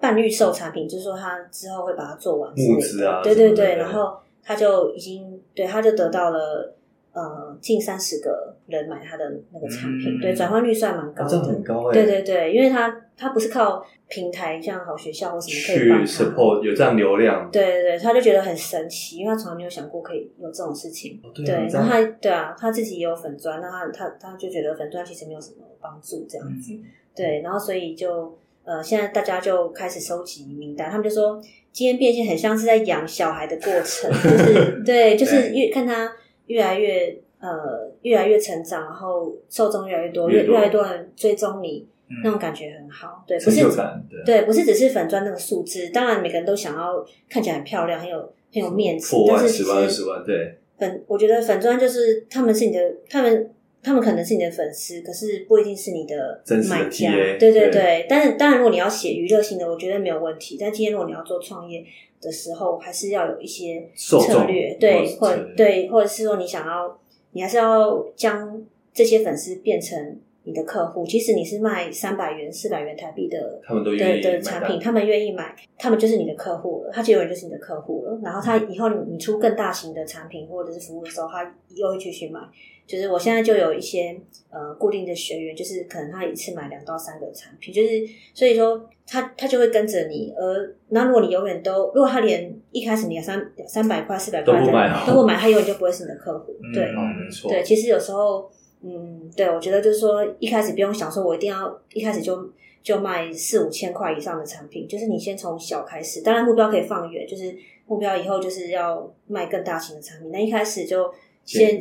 Speaker 3: 半预售产品，就是说他之后会把它做完之类的
Speaker 2: 募资啊
Speaker 3: 对
Speaker 2: 什么
Speaker 3: 对
Speaker 2: 的
Speaker 3: 对，
Speaker 2: 对
Speaker 3: 然后他就已经对，他就得到了呃近三十个人买他的那个产品，
Speaker 1: 嗯
Speaker 3: 对，转换率算蛮高
Speaker 2: 啊，
Speaker 3: 的，
Speaker 2: 这样很高哎。
Speaker 3: 对对对，因为他他不是靠平台像好学校或什么可以
Speaker 2: 去
Speaker 3: 帮他。
Speaker 2: support 有这样流量，
Speaker 3: 对对对，他就觉得很神奇，因为他从来没有想过可以有这种事情。
Speaker 2: 哦
Speaker 3: 对，
Speaker 2: 这
Speaker 3: 然
Speaker 2: 样
Speaker 3: 后他对啊，他自己也有粉砖，那他他他就觉得粉砖其实没有什么帮助这样子，
Speaker 1: 嗯
Speaker 3: 对，然后所以就嗯、呃，现在大家就开始收集名单，他们就说今天变现很像是在养小孩的过程， 就是对，就是越看他越来越呃越来越成长，然后受众越来越多，
Speaker 2: 越
Speaker 3: 越
Speaker 2: 多
Speaker 3: 越来越多人追踪你，
Speaker 1: 嗯
Speaker 3: 那种感觉很好。对，不
Speaker 2: 成
Speaker 3: 是
Speaker 2: 就感，对，啊
Speaker 3: 对，不是只是粉砖那个数字，当然每个人都想要看起来很漂亮，很有很有面子
Speaker 2: 破，
Speaker 3: 但
Speaker 2: 万、
Speaker 3: 是
Speaker 2: 十
Speaker 3: 其
Speaker 2: 万、二十
Speaker 3: 实
Speaker 2: 万，对，
Speaker 3: 粉，我觉得粉砖就是他们是你的，他们他们可能是你的粉丝，可是不一定是你的
Speaker 2: 真实的
Speaker 3: 买家。
Speaker 2: TA
Speaker 3: 对
Speaker 2: 对
Speaker 3: 对对，但是当然，如果你要写娱乐性的，我觉得没有问题。但今天如果你要做创业的时候，还是要有一些
Speaker 2: 受众
Speaker 3: 策略，对，
Speaker 2: 或
Speaker 3: 或
Speaker 2: 者是策略
Speaker 3: 对，或者是说你想要，你还是要将这些粉丝变成。你的客户，即使你是卖三百元、四百元台币的
Speaker 2: 他们都愿
Speaker 3: 对
Speaker 2: 意
Speaker 3: 的
Speaker 2: 买
Speaker 3: 产
Speaker 2: 单
Speaker 3: 品，他们愿意买，他们就是你的客户了，他结果就是你的客户了。然后他
Speaker 2: 嗯
Speaker 3: 以后你你出更大型的产品或者是服务的时候，他又会继续买。就是我现在就有一些呃固定的学员，就是可能他一次买两到三个产品，就是所以说他他就会跟着你。而那如果你永远都，如果他连一开始你两三两三百块、四百块
Speaker 2: 都不
Speaker 3: 的
Speaker 2: 买哦
Speaker 3: 都不买，他永远就不会是你的客户。对，
Speaker 2: 哦，没错，
Speaker 3: 对，其实有时候，嗯，对我觉得就是说，一开始不用想说我一定要一开始就就卖四五千块以上的产品，就是你先从小开始。当然目标可以放远，就是目标以后就是要卖更大型的产品。那一开始就先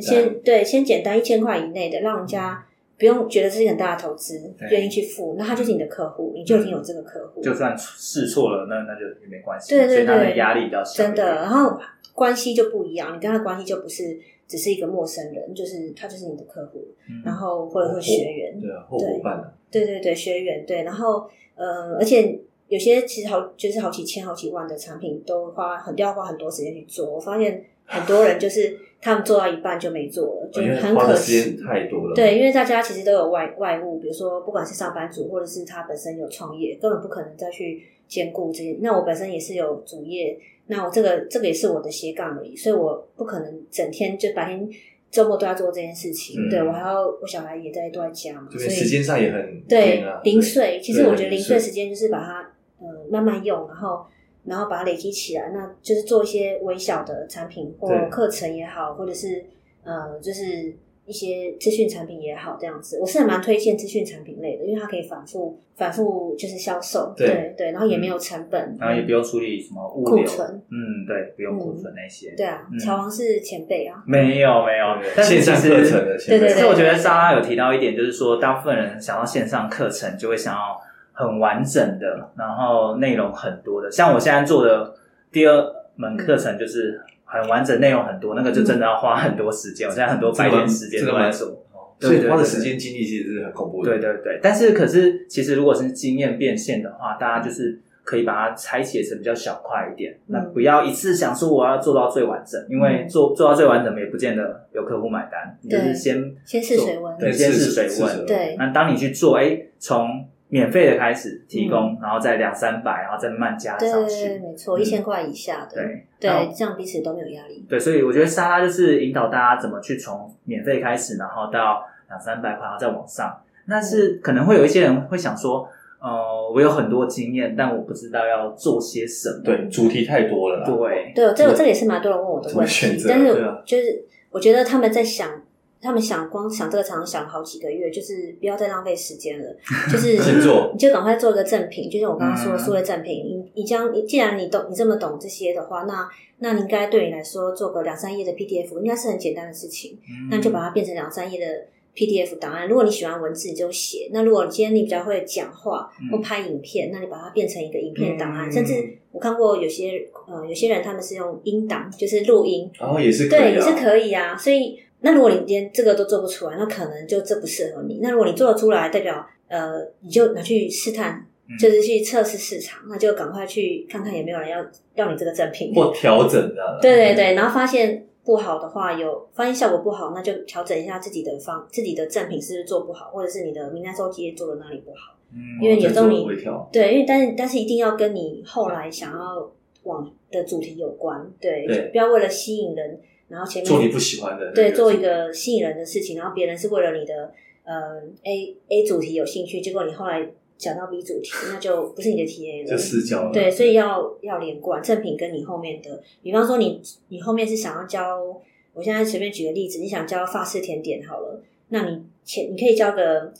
Speaker 2: 简单
Speaker 3: 先对，先简单一千块以内的，让人家。不用觉得这是一个很大的投资，
Speaker 1: 对
Speaker 3: 愿意去付，那他就是你的客户，你就已经有这个客户，
Speaker 1: 就算试错了，那那就也没关系，
Speaker 3: 对对
Speaker 1: 所以他的
Speaker 3: 对
Speaker 1: 压力比较小一
Speaker 3: 真
Speaker 1: 点。
Speaker 3: 的，然后关系就不一样，你跟他的关系就不是只是一个陌生人，就是他就是你的客户，
Speaker 1: 嗯
Speaker 3: 然后或者
Speaker 2: 我
Speaker 3: 是学员，
Speaker 2: 对啊，或伙伴啊，
Speaker 3: 对对对，学员对，然后呃，而且有些其实好就是好几千、好几万的产品都花很都要花很多时间去做。我发现很多人就是他们做到一半就没做了，就
Speaker 2: 哦因为
Speaker 3: 很
Speaker 2: 花
Speaker 3: 可
Speaker 2: 的时间
Speaker 3: 惜。
Speaker 2: 太多了，
Speaker 3: 对，因为大家其实都有外外务，比如说不管是上班族，或者是他本身有创业，根本不可能再去兼顾这些。那我本身也是有主业，那我这个这个也是我的斜杠而已，所以我不可能整天就白天周末都要做这件事情。
Speaker 2: 嗯
Speaker 3: 对我还要我小孩也在都在家嘛，
Speaker 2: 这
Speaker 3: 所以
Speaker 2: 边时间上也很
Speaker 3: 对
Speaker 2: 啊，
Speaker 3: 零碎，其实
Speaker 2: 对
Speaker 3: 我觉得
Speaker 2: 零
Speaker 3: 零
Speaker 2: 碎
Speaker 3: 碎时间就是把它呃慢慢用，然后然后把它累积起来，那就是做一些微小的产品或
Speaker 2: 对
Speaker 3: 课程也好，或者是呃就是一些资讯产品也好，这样子，我是还蛮推荐资讯产品类的，因为它可以反复反复就是销售，
Speaker 2: 对
Speaker 3: 对对，然后也没有成本，
Speaker 1: 嗯然后也不用处理什么物
Speaker 3: 库
Speaker 1: 流，
Speaker 3: 存，
Speaker 1: 嗯，对，不用库存那些。
Speaker 3: 对啊
Speaker 1: 嗯，
Speaker 3: 乔王是前辈啊，
Speaker 1: 没有没有，但是
Speaker 2: 线上
Speaker 1: 其实
Speaker 2: 课程的前辈
Speaker 3: 对对
Speaker 1: 但
Speaker 3: 对
Speaker 1: 是我觉得莎拉有提到一点，就是说大部分人想要线上课程，就会想要很完整的，然后内容很多的。像我现在做的第二门课程就是很完整，内容很多，那个就真的要花很多时间。我现在很多白天时间
Speaker 2: 嗯这
Speaker 1: 都
Speaker 2: 个
Speaker 1: 在
Speaker 2: 蛮
Speaker 1: 做。
Speaker 2: 所
Speaker 1: 对
Speaker 2: 以
Speaker 1: 对
Speaker 2: 花的
Speaker 1: 对
Speaker 2: 时间精力其实是很恐怖的，
Speaker 1: 对对对，但是可是其实如果是经验变现的话，
Speaker 3: 嗯
Speaker 1: 大家就是可以把它拆解成比较小块一点，那
Speaker 3: 嗯
Speaker 1: 不要一次想说我要做到最完整，因为
Speaker 3: 嗯
Speaker 1: 做做到最完整也不见得有客户买单，你就是
Speaker 3: 对
Speaker 1: 先
Speaker 3: 先试
Speaker 1: 做
Speaker 3: 水温
Speaker 1: 对，
Speaker 2: 对，
Speaker 1: 先试
Speaker 2: 试
Speaker 1: 水
Speaker 2: 试
Speaker 1: 温。
Speaker 3: 对
Speaker 1: 那当你去做，哎，从免费的开始提供，
Speaker 3: 嗯
Speaker 1: 然后再两三百，然后再慢慢加
Speaker 3: 对
Speaker 1: 上
Speaker 3: 对对，
Speaker 1: 去，
Speaker 3: 没错，一千块以下的，
Speaker 1: 嗯对然
Speaker 3: 对
Speaker 1: 后，
Speaker 3: 这样彼此都没有压力，
Speaker 1: 对，所以我觉得莎拉就是引导大家怎么去从免费开始，然后到两三百块，然后再往上。但是可能会有一些人会想说，呃，我有很多经验，但我不知道要做些什么。
Speaker 2: 对，主题太多了啦，
Speaker 1: 对，
Speaker 3: 对，这个
Speaker 2: 对
Speaker 3: 这个也是蛮多人问我的
Speaker 2: 怎么
Speaker 3: 问题
Speaker 2: 选，择
Speaker 3: 但
Speaker 2: 对
Speaker 3: 是
Speaker 2: 啊
Speaker 3: 就是我觉得他们在想，他们想光想这个常常想好几个月，就是不要再浪费时间 了，就是
Speaker 2: 先做
Speaker 3: 你就赶快做一个正品，就像我刚刚
Speaker 1: 嗯
Speaker 3: 说的数位正品，你你将你既然你懂你这么懂这些的话，那那你应该对你来说做个两三页的 PDF 应该是很简单的事情，
Speaker 1: 嗯
Speaker 2: 嗯
Speaker 3: 那你就把它变成两三页的 PDF 档案。如果你喜欢文字，你就写；那如果今天你比较会讲话
Speaker 1: 嗯
Speaker 3: 或拍影片，那你把它变成一个影片档
Speaker 1: 嗯
Speaker 3: 案。啊甚至我看过有些呃有些人他们是用音档，就是录音，
Speaker 2: 然后也是可以啊
Speaker 3: 对，也是可以啊。所以那如果你连这个都做不出来，那可能就这不适合你。那如果你做得出来，代表呃你就拿去试探。
Speaker 1: 嗯
Speaker 2: 嗯
Speaker 3: 就是去测试市场，那就赶快去看看有没有人要要你这个赠品，
Speaker 2: 或调整的啦，
Speaker 3: 对对对，然后发现不好的话，有发现效果不好，那就调整一下自己的方，自己的赠品是不是做不好，或者是你的名单收集做的哪里不好。
Speaker 1: 嗯
Speaker 3: 因为有
Speaker 2: 再
Speaker 3: 时候
Speaker 2: 做
Speaker 3: 你
Speaker 2: 微调，
Speaker 3: 对，因为但是但是一定要跟你后来想要往的主题有关，对，
Speaker 2: 对
Speaker 3: 就不要为了吸引人，然后前面
Speaker 2: 做你不喜欢的，
Speaker 3: 对做一个吸引人的事情，然后别人是为了你的呃 A A 主题有兴趣，结果你后来讲到 B 主题，那就不是你的 TA 了，
Speaker 2: 就死角了，
Speaker 3: 对，所以要要连贯正品跟你后面的，比方说你你后面是想要教，我现在随便举个例子，你想教法式甜点好了，那你前你可以教个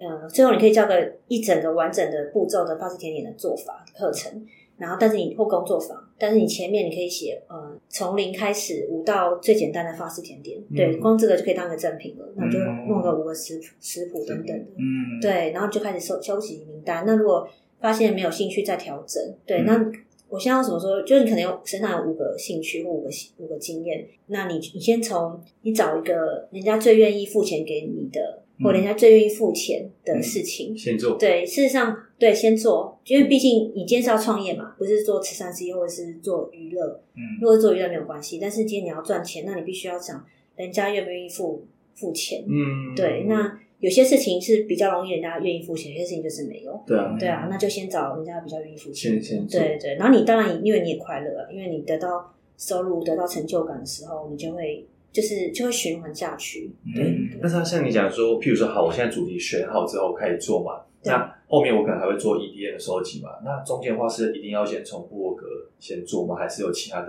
Speaker 3: 呃，最后你可以教个一整个完整的步骤的法式甜点的做法课程，然后但是你或工作坊，但是你前面你可以写呃从零开始五道最简单的法式甜点，对，
Speaker 1: 嗯
Speaker 3: 光这个就可以当一个正品了，那你就
Speaker 1: 嗯
Speaker 3: 弄个五个食谱食谱等等的，
Speaker 1: 嗯，
Speaker 3: 对，然后就开始收收集名单。那如果发现没有兴趣，再调整。对，那我现在怎么说？就是你可能有身上有五个兴趣或五个兴五个经验，那你你先从你找一个人家最愿意付钱给你的，或人家最愿意付钱的事情。
Speaker 2: 先做，
Speaker 3: 对，事实上，对，先做，因为毕竟你今天是要创业嘛，不是做慈善事业或者是做娱乐。
Speaker 1: 嗯
Speaker 3: 如果做娱乐没有关系，但是今天你要赚钱，那你必须要想人家愿不愿意付付钱。
Speaker 2: 嗯，
Speaker 3: 对，那有些事情是比较容易人家愿意付钱，有些事情就是没有。
Speaker 2: 对啊，
Speaker 3: 对啊，那就先找人家比较愿意付钱
Speaker 2: 先。先做，
Speaker 3: 对对，然后你当然因为你也快乐啊，因为你得到收入、得到成就感的时候，你就会就是就会循环下去。对，
Speaker 1: 嗯
Speaker 2: 但是它像你讲说，譬如说，好，我现在主题选好之后我开始做嘛，
Speaker 3: 对
Speaker 2: 那后面我可能还会做 EDM 的收集嘛，那中间的话是一定要先从部落格先做吗？还是有其他的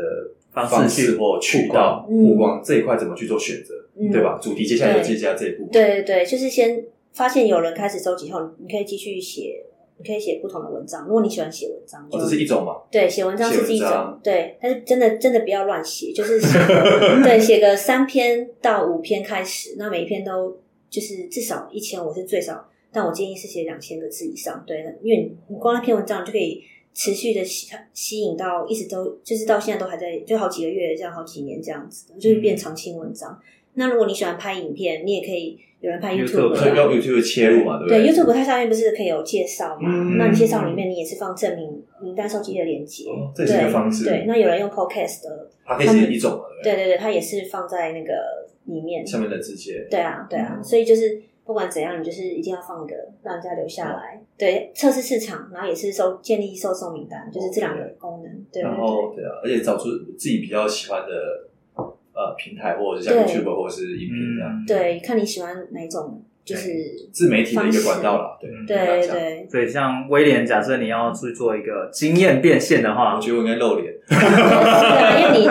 Speaker 1: 方式
Speaker 2: 方
Speaker 1: 去
Speaker 2: 式或渠道
Speaker 3: 曝光
Speaker 2: 曝光这一块怎么去做选择，
Speaker 3: 嗯
Speaker 2: 对吧？主题接下来就接下来这一步，
Speaker 3: 对对对，就是先发现有人开始收集后，你可以继续写，你可以写不同的文章。如果你喜欢写文章，就
Speaker 2: 哦，这是一种嘛，
Speaker 3: 对，写文章是一
Speaker 2: 写文
Speaker 3: 种
Speaker 2: 章，
Speaker 3: 对，但是真的真的不要乱写，就是写 对写个三篇到五篇开始，那每一篇都就是至少一千，我是最少，但我建议是写两千个字以上，对，因为你你光那篇文章你就可以持续的吸吸引到一直都就是到现在都还在，就好几个月这样，好几年这样子，就是变长青文章。那如果你喜欢拍影片，你也可以有人拍
Speaker 1: YouTube，
Speaker 3: YouTube，
Speaker 2: 所以
Speaker 3: 啊
Speaker 2: 要 YouTube 切入嘛，对不
Speaker 3: 对
Speaker 2: 对
Speaker 3: YouTube 它上面不是可以有介绍嘛？
Speaker 2: 嗯
Speaker 3: 那你介绍里面你也是放证明名单收集的链接，
Speaker 2: 哦这也是一个方式，
Speaker 3: 对，那有人用 Podcast 的，
Speaker 2: 它可以是一种嘛，对
Speaker 3: 对
Speaker 2: 不
Speaker 3: 对对，它也是放在那个里面
Speaker 2: 对？。上面的直接，
Speaker 3: 对啊，对啊，
Speaker 2: 嗯
Speaker 3: 所以就是不管怎样，你就是一定要放一个让人家留
Speaker 2: 嗯
Speaker 3: 下来。对，测试市场，然后也是收建立受众名单，就是这两个功能。对
Speaker 2: 哦
Speaker 3: 对
Speaker 2: 然
Speaker 3: 对
Speaker 2: 后对啊，而且找出自己比较喜欢的呃平台，或者是像
Speaker 3: 对
Speaker 2: YouTube 或者是影片这样，
Speaker 1: 嗯，
Speaker 3: 对，看你喜欢哪一种，就是
Speaker 2: 自媒体的一个管道啦，对
Speaker 1: 嗯
Speaker 3: 对
Speaker 2: 跟大
Speaker 3: 对
Speaker 2: 家讲
Speaker 3: 对。
Speaker 1: 所以像威廉，假设你要去做一个经验变现的话
Speaker 2: 我，觉得我应该露脸，
Speaker 3: 对啊，因为你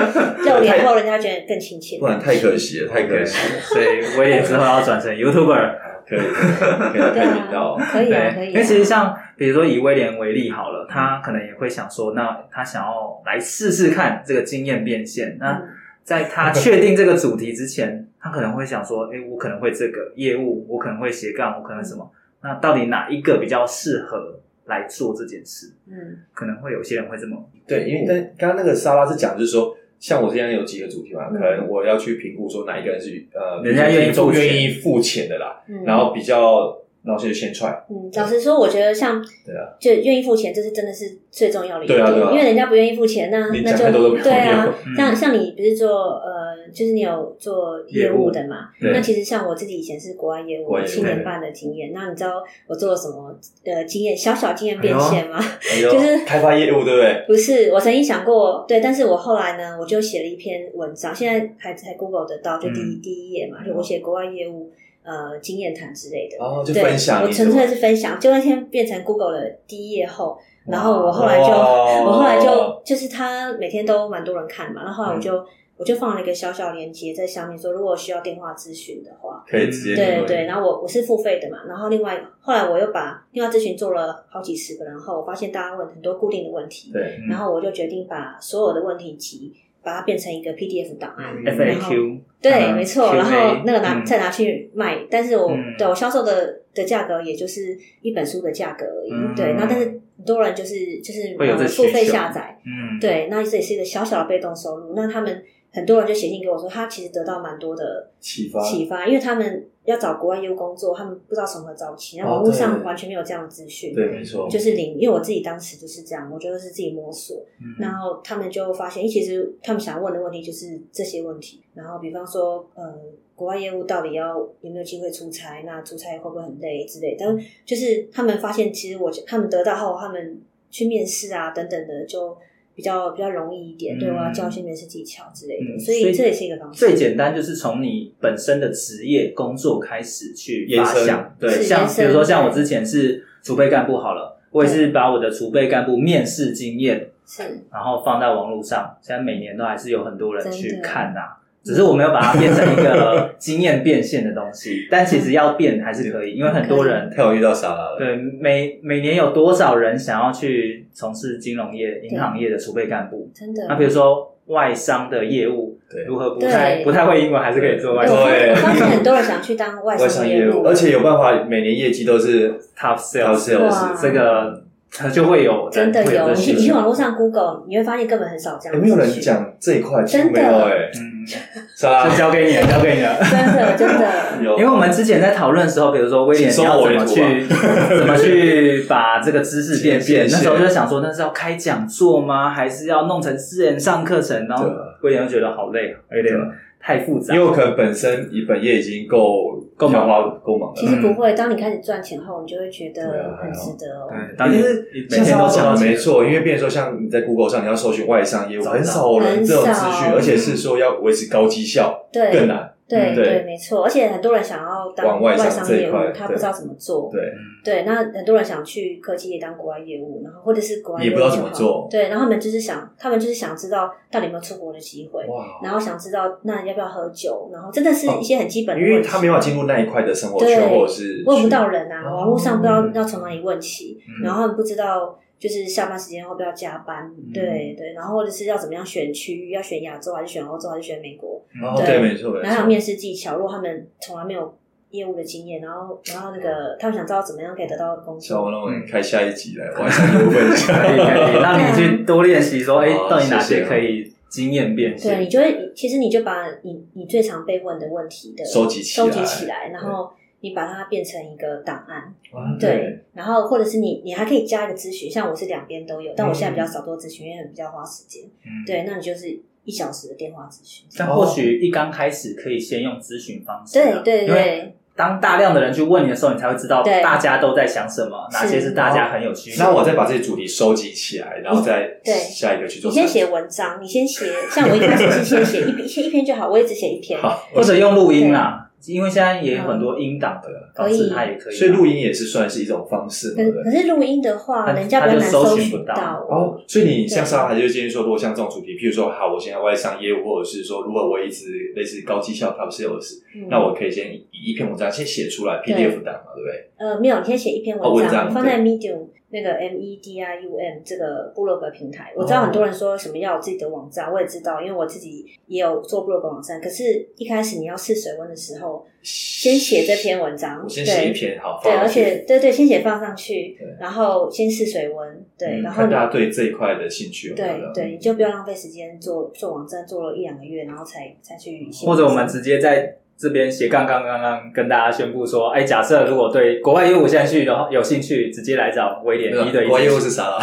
Speaker 3: 露脸后，人家觉得更亲切。
Speaker 2: 不然太可惜了，太可惜了。
Speaker 1: 所以威廉之后要转成 YouTuber。
Speaker 2: 可以，可以
Speaker 3: 对
Speaker 2: 可以
Speaker 3: 啊
Speaker 2: 引导，，
Speaker 3: 可以啊，可
Speaker 1: 对，
Speaker 3: 以啊。
Speaker 1: 因为其实像比如说以威廉为例好了，他可能也会想说，那他想要来试试看这个经验变现。那
Speaker 3: 嗯
Speaker 1: 在他确定这个主题之前，他可能会想说，诶，我可能会这个业务，我可能会斜杠，我可能什么？那到底哪一个比较适合来做这件事？
Speaker 3: 嗯
Speaker 1: 可能会有些人会这么
Speaker 2: 对，因为但刚刚那个莎拉是讲，就是说，像我现在有几个主题嘛，可
Speaker 3: 嗯
Speaker 2: 能我要去评估说哪一个人是呃，
Speaker 1: 人家愿意
Speaker 2: 听众
Speaker 1: 付钱
Speaker 2: 愿意付钱的啦，
Speaker 3: 嗯，
Speaker 2: 然后比较，然后就先踹，
Speaker 3: 嗯，老实说，我觉得像
Speaker 2: 对啊，
Speaker 3: 就愿意付钱，这是真的是最重要的一
Speaker 2: 对
Speaker 3: 点，
Speaker 2: 啊对啊
Speaker 3: 因为人家不愿意付钱，那
Speaker 2: 你
Speaker 3: 那
Speaker 2: 讲太多都
Speaker 3: 就
Speaker 2: 没有
Speaker 3: 对
Speaker 2: 用
Speaker 3: 啊。
Speaker 1: 嗯
Speaker 3: 像像你不是做呃，就是你有做业务的嘛？
Speaker 2: 业务对
Speaker 3: 那其实像我自己以前是国外业务，
Speaker 2: 国外业务
Speaker 3: 七年半的经验。那你知道我做了什么呃经验小小经验变现吗？
Speaker 2: 哎呦
Speaker 3: 就是
Speaker 2: 开发业务，对不对？
Speaker 3: 不是，我曾经想过，对，但是我后来呢，我就写了一篇文章，现在还还 Google 得到，就第一、
Speaker 1: 嗯
Speaker 3: 第一页嘛，就我写国外业务呃经验谈之类的。
Speaker 2: 然后哦就
Speaker 3: 对，
Speaker 2: 分享你，
Speaker 3: 我纯粹是分享，就那天变成 Google 的第一页后，然后我后来就，
Speaker 2: 哇哦
Speaker 3: 我后来就就是他每天都蛮多人看嘛，然后
Speaker 2: 嗯
Speaker 3: 后来我就、我就放了一个小小链接在下面说，如果需要电话咨询的话，
Speaker 2: 可以直接
Speaker 3: 对
Speaker 2: 评论
Speaker 3: 对，，然后我我是付费的嘛，然后另外后来我又把电话咨询做了好几十个人后，我发现大家问很多固定的问题，
Speaker 2: 对，
Speaker 3: 然后我就决定把所有的问题集把它变成一个 PDF 档案，
Speaker 2: 嗯
Speaker 3: 然后
Speaker 1: FAQ，
Speaker 3: 对，
Speaker 1: 嗯
Speaker 3: 没错。
Speaker 1: Q&A，
Speaker 3: 然后那个拿、
Speaker 1: 嗯
Speaker 3: 再拿去卖，但是我、
Speaker 1: 嗯
Speaker 3: 对我销售的的价格也就是一本书的价格而已。
Speaker 1: 嗯
Speaker 3: 对，那但是很多人就是就是
Speaker 1: 会有这
Speaker 3: 呃
Speaker 1: 需
Speaker 3: 付
Speaker 1: 求
Speaker 3: 费下载，
Speaker 1: 嗯，
Speaker 3: 对，那这也是一个小小的被动收入。那他们很多人就写信给我说，他其实得到蛮多的
Speaker 2: 启发，
Speaker 3: 启发，因为他们要找国外业务工作，他们不知道从何找起，那
Speaker 2: 哦
Speaker 3: 网络上
Speaker 2: 对
Speaker 3: 完全没有这样的资讯。
Speaker 2: 对，没错，
Speaker 3: 就是零，因为我自己当时就是这样，我觉得是自己摸索，
Speaker 1: 嗯，
Speaker 3: 然后他们就发现，诶，其实他们想问的问题就是这些问题。然后，比方说，呃，国外业务到底要有没有机会出差？那出差会不会很累之类的？但就是他们发现，其实我他们得到后，他们去面试啊等等的就比较比较容易一点。对，
Speaker 1: 嗯
Speaker 3: 我要教一些面试技巧之类的，
Speaker 1: 嗯
Speaker 3: 所以这也是一个方式。
Speaker 1: 最简单就是从你本身的职业工作开始去发想
Speaker 2: 延伸，对
Speaker 3: 是
Speaker 1: 像
Speaker 3: 延
Speaker 1: 比
Speaker 3: 伸
Speaker 1: 如说像我之前是储备干部好了，我也是把我的储备干部面试经验，
Speaker 3: 是
Speaker 1: 然后放在网络上，现在每年都还是有很多人去看呐、啊只是
Speaker 3: 嗯
Speaker 1: 我没有把它变成一 个经验变现的东西，但其实要变还是可以，因为很多
Speaker 3: 嗯
Speaker 1: 人
Speaker 2: 太有遇到莎拉了。
Speaker 1: 对每每年有多少人想要去从事金融业、银行业的储备干部？
Speaker 3: 真的。
Speaker 1: 那啊比如说外商的业务，
Speaker 2: 对
Speaker 1: 如何不太
Speaker 3: 对
Speaker 1: 不太会英文还是可以做外
Speaker 3: 对
Speaker 1: 商
Speaker 3: 哎
Speaker 2: 对
Speaker 3: 我发我发现很多人想去当外
Speaker 2: 外
Speaker 3: 商
Speaker 2: 商业务，
Speaker 3: 务，
Speaker 2: 而且有办法每年业绩都是
Speaker 1: top
Speaker 2: top
Speaker 1: sales
Speaker 2: sales，
Speaker 3: 哇
Speaker 1: 这个呃就会有
Speaker 3: 真的
Speaker 1: 会
Speaker 3: 有，
Speaker 1: 这
Speaker 3: 你去
Speaker 1: 些嗯
Speaker 3: 你去网络上 Google，你会发现根本很少这
Speaker 2: 有
Speaker 3: 样。
Speaker 2: 哎没有人？讲这一块？其实
Speaker 3: 真的
Speaker 2: 没有哎，
Speaker 1: 嗯，
Speaker 2: 莎拉
Speaker 1: 就交给你了，交给你 了。
Speaker 3: 真的真的，
Speaker 2: 有，
Speaker 1: 因为我们之前在讨论的时候，比如说威廉
Speaker 2: 请
Speaker 1: 要
Speaker 2: 收我啊
Speaker 1: 怎
Speaker 2: 的
Speaker 1: 么
Speaker 2: 图
Speaker 1: 去 怎么去把这个知识 变现，
Speaker 2: 变
Speaker 1: 那
Speaker 2: 现
Speaker 1: 时候就想说，那是要开讲座吗？还是要弄成私人上课程？然后
Speaker 2: 对啊
Speaker 1: 威廉就觉得好累啊，有点太复杂
Speaker 2: 因为。我可能本身以本业已经够
Speaker 1: 够忙嗯
Speaker 2: 天花够忙
Speaker 3: 其
Speaker 2: 了。
Speaker 3: 实不会。当你开始赚钱后，你就会觉
Speaker 2: 对啊
Speaker 3: 得很值得哦。
Speaker 1: 对，当
Speaker 2: 但
Speaker 1: 然
Speaker 2: 是
Speaker 1: 每天
Speaker 2: 像
Speaker 1: 都
Speaker 2: 莎
Speaker 1: 想
Speaker 2: 拉
Speaker 1: 到
Speaker 2: 讲的没
Speaker 1: 钱
Speaker 2: 错，因为变成说像你在 Google 上你要搜寻外商业务，
Speaker 1: 找不到
Speaker 2: 很少有人这种资
Speaker 3: 很
Speaker 2: 讯，
Speaker 3: 少
Speaker 2: 而且是说要维持高绩效更
Speaker 3: 对
Speaker 2: 难。
Speaker 3: 对
Speaker 1: 嗯
Speaker 2: 对
Speaker 3: 对，没错。而且很多人想要当
Speaker 2: 往外商
Speaker 3: 商
Speaker 2: 这一
Speaker 3: 业务
Speaker 2: 块，
Speaker 3: 他
Speaker 2: 对
Speaker 3: 不知道怎么
Speaker 1: 嗯
Speaker 3: 做。
Speaker 2: 对，
Speaker 3: 对，那很多人想去科技业当国外业务，然后或者是国外
Speaker 2: 也不
Speaker 3: 业务
Speaker 2: 知道怎么
Speaker 3: 就好
Speaker 2: 做
Speaker 3: 对，然后他们就是想，他们就是想知道到底有没有出国的机会，
Speaker 2: 哇，哦
Speaker 3: 然后想知道那要不要喝酒，然后真的是一些很基本的
Speaker 2: 因
Speaker 3: 问题，
Speaker 2: 为他没有进入那一块的生活圈，
Speaker 3: 对
Speaker 2: 或者是
Speaker 3: 问不到人啊，
Speaker 2: 哦
Speaker 3: 网络上不知道要从哪里问起，
Speaker 1: 嗯
Speaker 3: 然后他们不知道就是下班时间要不要加班，
Speaker 2: 嗯
Speaker 3: 对对，然后或者是要怎么样选区域，要选亚洲还是选欧洲还是选美国，
Speaker 2: 哦，
Speaker 3: 对
Speaker 2: 对，没错，没
Speaker 3: 然后还有
Speaker 2: 错。
Speaker 3: 面试技巧，如果他们从来没有业务的经验，然后然后那
Speaker 2: 嗯
Speaker 3: 个他们想知道怎么样可以得到工
Speaker 2: 像我
Speaker 3: 作，
Speaker 2: 那种开下一集来晚上又问一下，
Speaker 1: 可以 可以，让你去多练习，说哎
Speaker 2: 哦，
Speaker 1: 到底哪
Speaker 2: 谢
Speaker 1: 些
Speaker 2: 谢
Speaker 1: 可以经验变
Speaker 3: 对你
Speaker 1: 现？
Speaker 3: 就会其实你就把你你最常被问的问题的
Speaker 2: 收集起来
Speaker 3: 收集起来，然后你把它变成一个档案。
Speaker 2: 哇
Speaker 3: 对，，然后或者是你，你还可以加一个咨询，像我是两边都有，但我
Speaker 2: 嗯
Speaker 3: 现在比较少做咨询，因为比较花时间。
Speaker 1: 嗯，
Speaker 3: 对，那你就是一小时的电话咨询。
Speaker 1: 但或许一刚开始可以先用咨询方式啊，
Speaker 3: 对对
Speaker 1: 因为
Speaker 3: 对，
Speaker 1: 当大量的人去问你的时候，你才会知道
Speaker 3: 对
Speaker 1: 大家都在想什么，哪些是大家很有需要。
Speaker 2: 那我再把这些主题收集起来，然后再
Speaker 3: 对
Speaker 2: 下一个去
Speaker 3: 你
Speaker 2: 做。
Speaker 3: 先写文章，你先写，像我一开始是先写一篇，一篇就好，我也只写一篇。
Speaker 2: 好，
Speaker 1: 或者用录音啦，因为现在也有很多音档的方式，
Speaker 3: 可以
Speaker 1: 它也可以。啊
Speaker 2: 所以录音也是算是一种方式嘛，
Speaker 3: 可
Speaker 2: 对不
Speaker 3: 可
Speaker 2: 对？
Speaker 3: 是录音的话，
Speaker 1: 他
Speaker 3: 人家比较
Speaker 1: 他就
Speaker 3: 难
Speaker 1: 搜
Speaker 3: 搜
Speaker 1: 寻
Speaker 3: 寻
Speaker 1: 不到
Speaker 3: 到。
Speaker 2: 哦，所以你像
Speaker 3: 对
Speaker 2: 莎还就建议说，如果像这种主题，譬如说，好，我现在外商业务，或者是说，如果我一直类似高绩效 top sales，
Speaker 3: 嗯
Speaker 2: 那我可以先以一篇文章先写出来 PDF 档嘛，对不对？
Speaker 3: 呃没有，你先写一篇
Speaker 2: 哦文
Speaker 3: 文
Speaker 2: 章
Speaker 3: 章，你放在
Speaker 2: 对
Speaker 3: Medium 那个 M E D I U M 这个部落格平台。我知道很
Speaker 2: 哦
Speaker 3: 多人说什么要有自己的网站，我也知道，因为我自己也有做部落格网站。可是，一开始你要试水温的时候，先写这篇文章，
Speaker 2: 我先写一
Speaker 3: 对。
Speaker 2: 篇，好，放
Speaker 3: 对，
Speaker 2: 上
Speaker 3: 而
Speaker 2: 哦去
Speaker 3: 且对对，先写放上去
Speaker 2: 对，
Speaker 3: 然后先试水温，对，
Speaker 1: 嗯
Speaker 3: 然后
Speaker 2: 看
Speaker 3: 你
Speaker 2: 大家嗯对这一块的兴趣有没有
Speaker 3: 对对，你就不要浪费时间做做网站，做了一两个月，然后才才去
Speaker 1: 哦
Speaker 3: 写
Speaker 1: 或者我们
Speaker 3: 网站
Speaker 1: 直接在这边斜杠杠杠杠跟大家宣布说，哎，假设如果对国外业务现在去的话有兴趣，直接来找威廉一对一。
Speaker 2: 我啊业务是啥啦？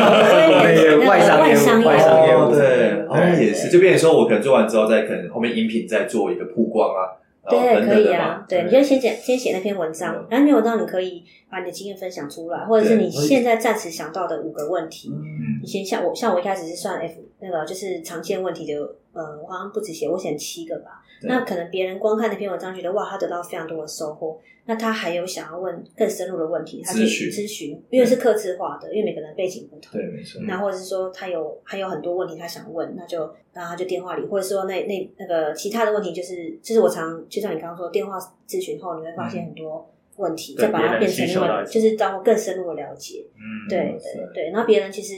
Speaker 1: 国内业务
Speaker 3: 那个
Speaker 1: 外商业务，外商
Speaker 3: 外商
Speaker 1: 业
Speaker 3: 业
Speaker 1: 务
Speaker 3: 务
Speaker 2: 对，
Speaker 3: 哦对
Speaker 2: 哦也是，就变成说我可能做完之后，再可能后面音频再做一个曝光啊，然后
Speaker 3: 对，
Speaker 2: 等
Speaker 3: 可
Speaker 2: 等
Speaker 3: 以
Speaker 2: 的
Speaker 3: 啊
Speaker 2: 嘛，，
Speaker 3: 对，你就先写先写那篇文章
Speaker 2: 嗯，
Speaker 3: 然后那篇文章你可以把你的经验分享出来，或者是
Speaker 2: 对
Speaker 3: 你
Speaker 2: 可以
Speaker 3: 现在暂时想到的五个问题，
Speaker 2: 嗯
Speaker 3: 你先像我像我一开始是算 F 那个就是常见问题的，呃，我好像不止写，我写七个吧。
Speaker 2: 对
Speaker 3: 那可能别人光看那篇文章，觉得哇，他得到非常多的收获，那他还有想要问更深入的问题，他去
Speaker 2: 咨询
Speaker 3: 咨询，因为是客制化的，因为每个人背景不同。
Speaker 2: 对，没错，
Speaker 3: 那或者是说他有还有很多问题他想问，那就然后他就电话里，或者说那那那个其他的问题就是就是我常就像你刚刚说电话咨询后，你会发现
Speaker 2: 嗯
Speaker 3: 很多问题，
Speaker 1: 对
Speaker 3: 再把它变
Speaker 1: 别
Speaker 3: 成
Speaker 1: 人的需求了
Speaker 3: 问，
Speaker 1: 解
Speaker 3: 就是当更深入的了解。
Speaker 1: 嗯
Speaker 3: 对
Speaker 2: 是
Speaker 3: 对对，然后别人其实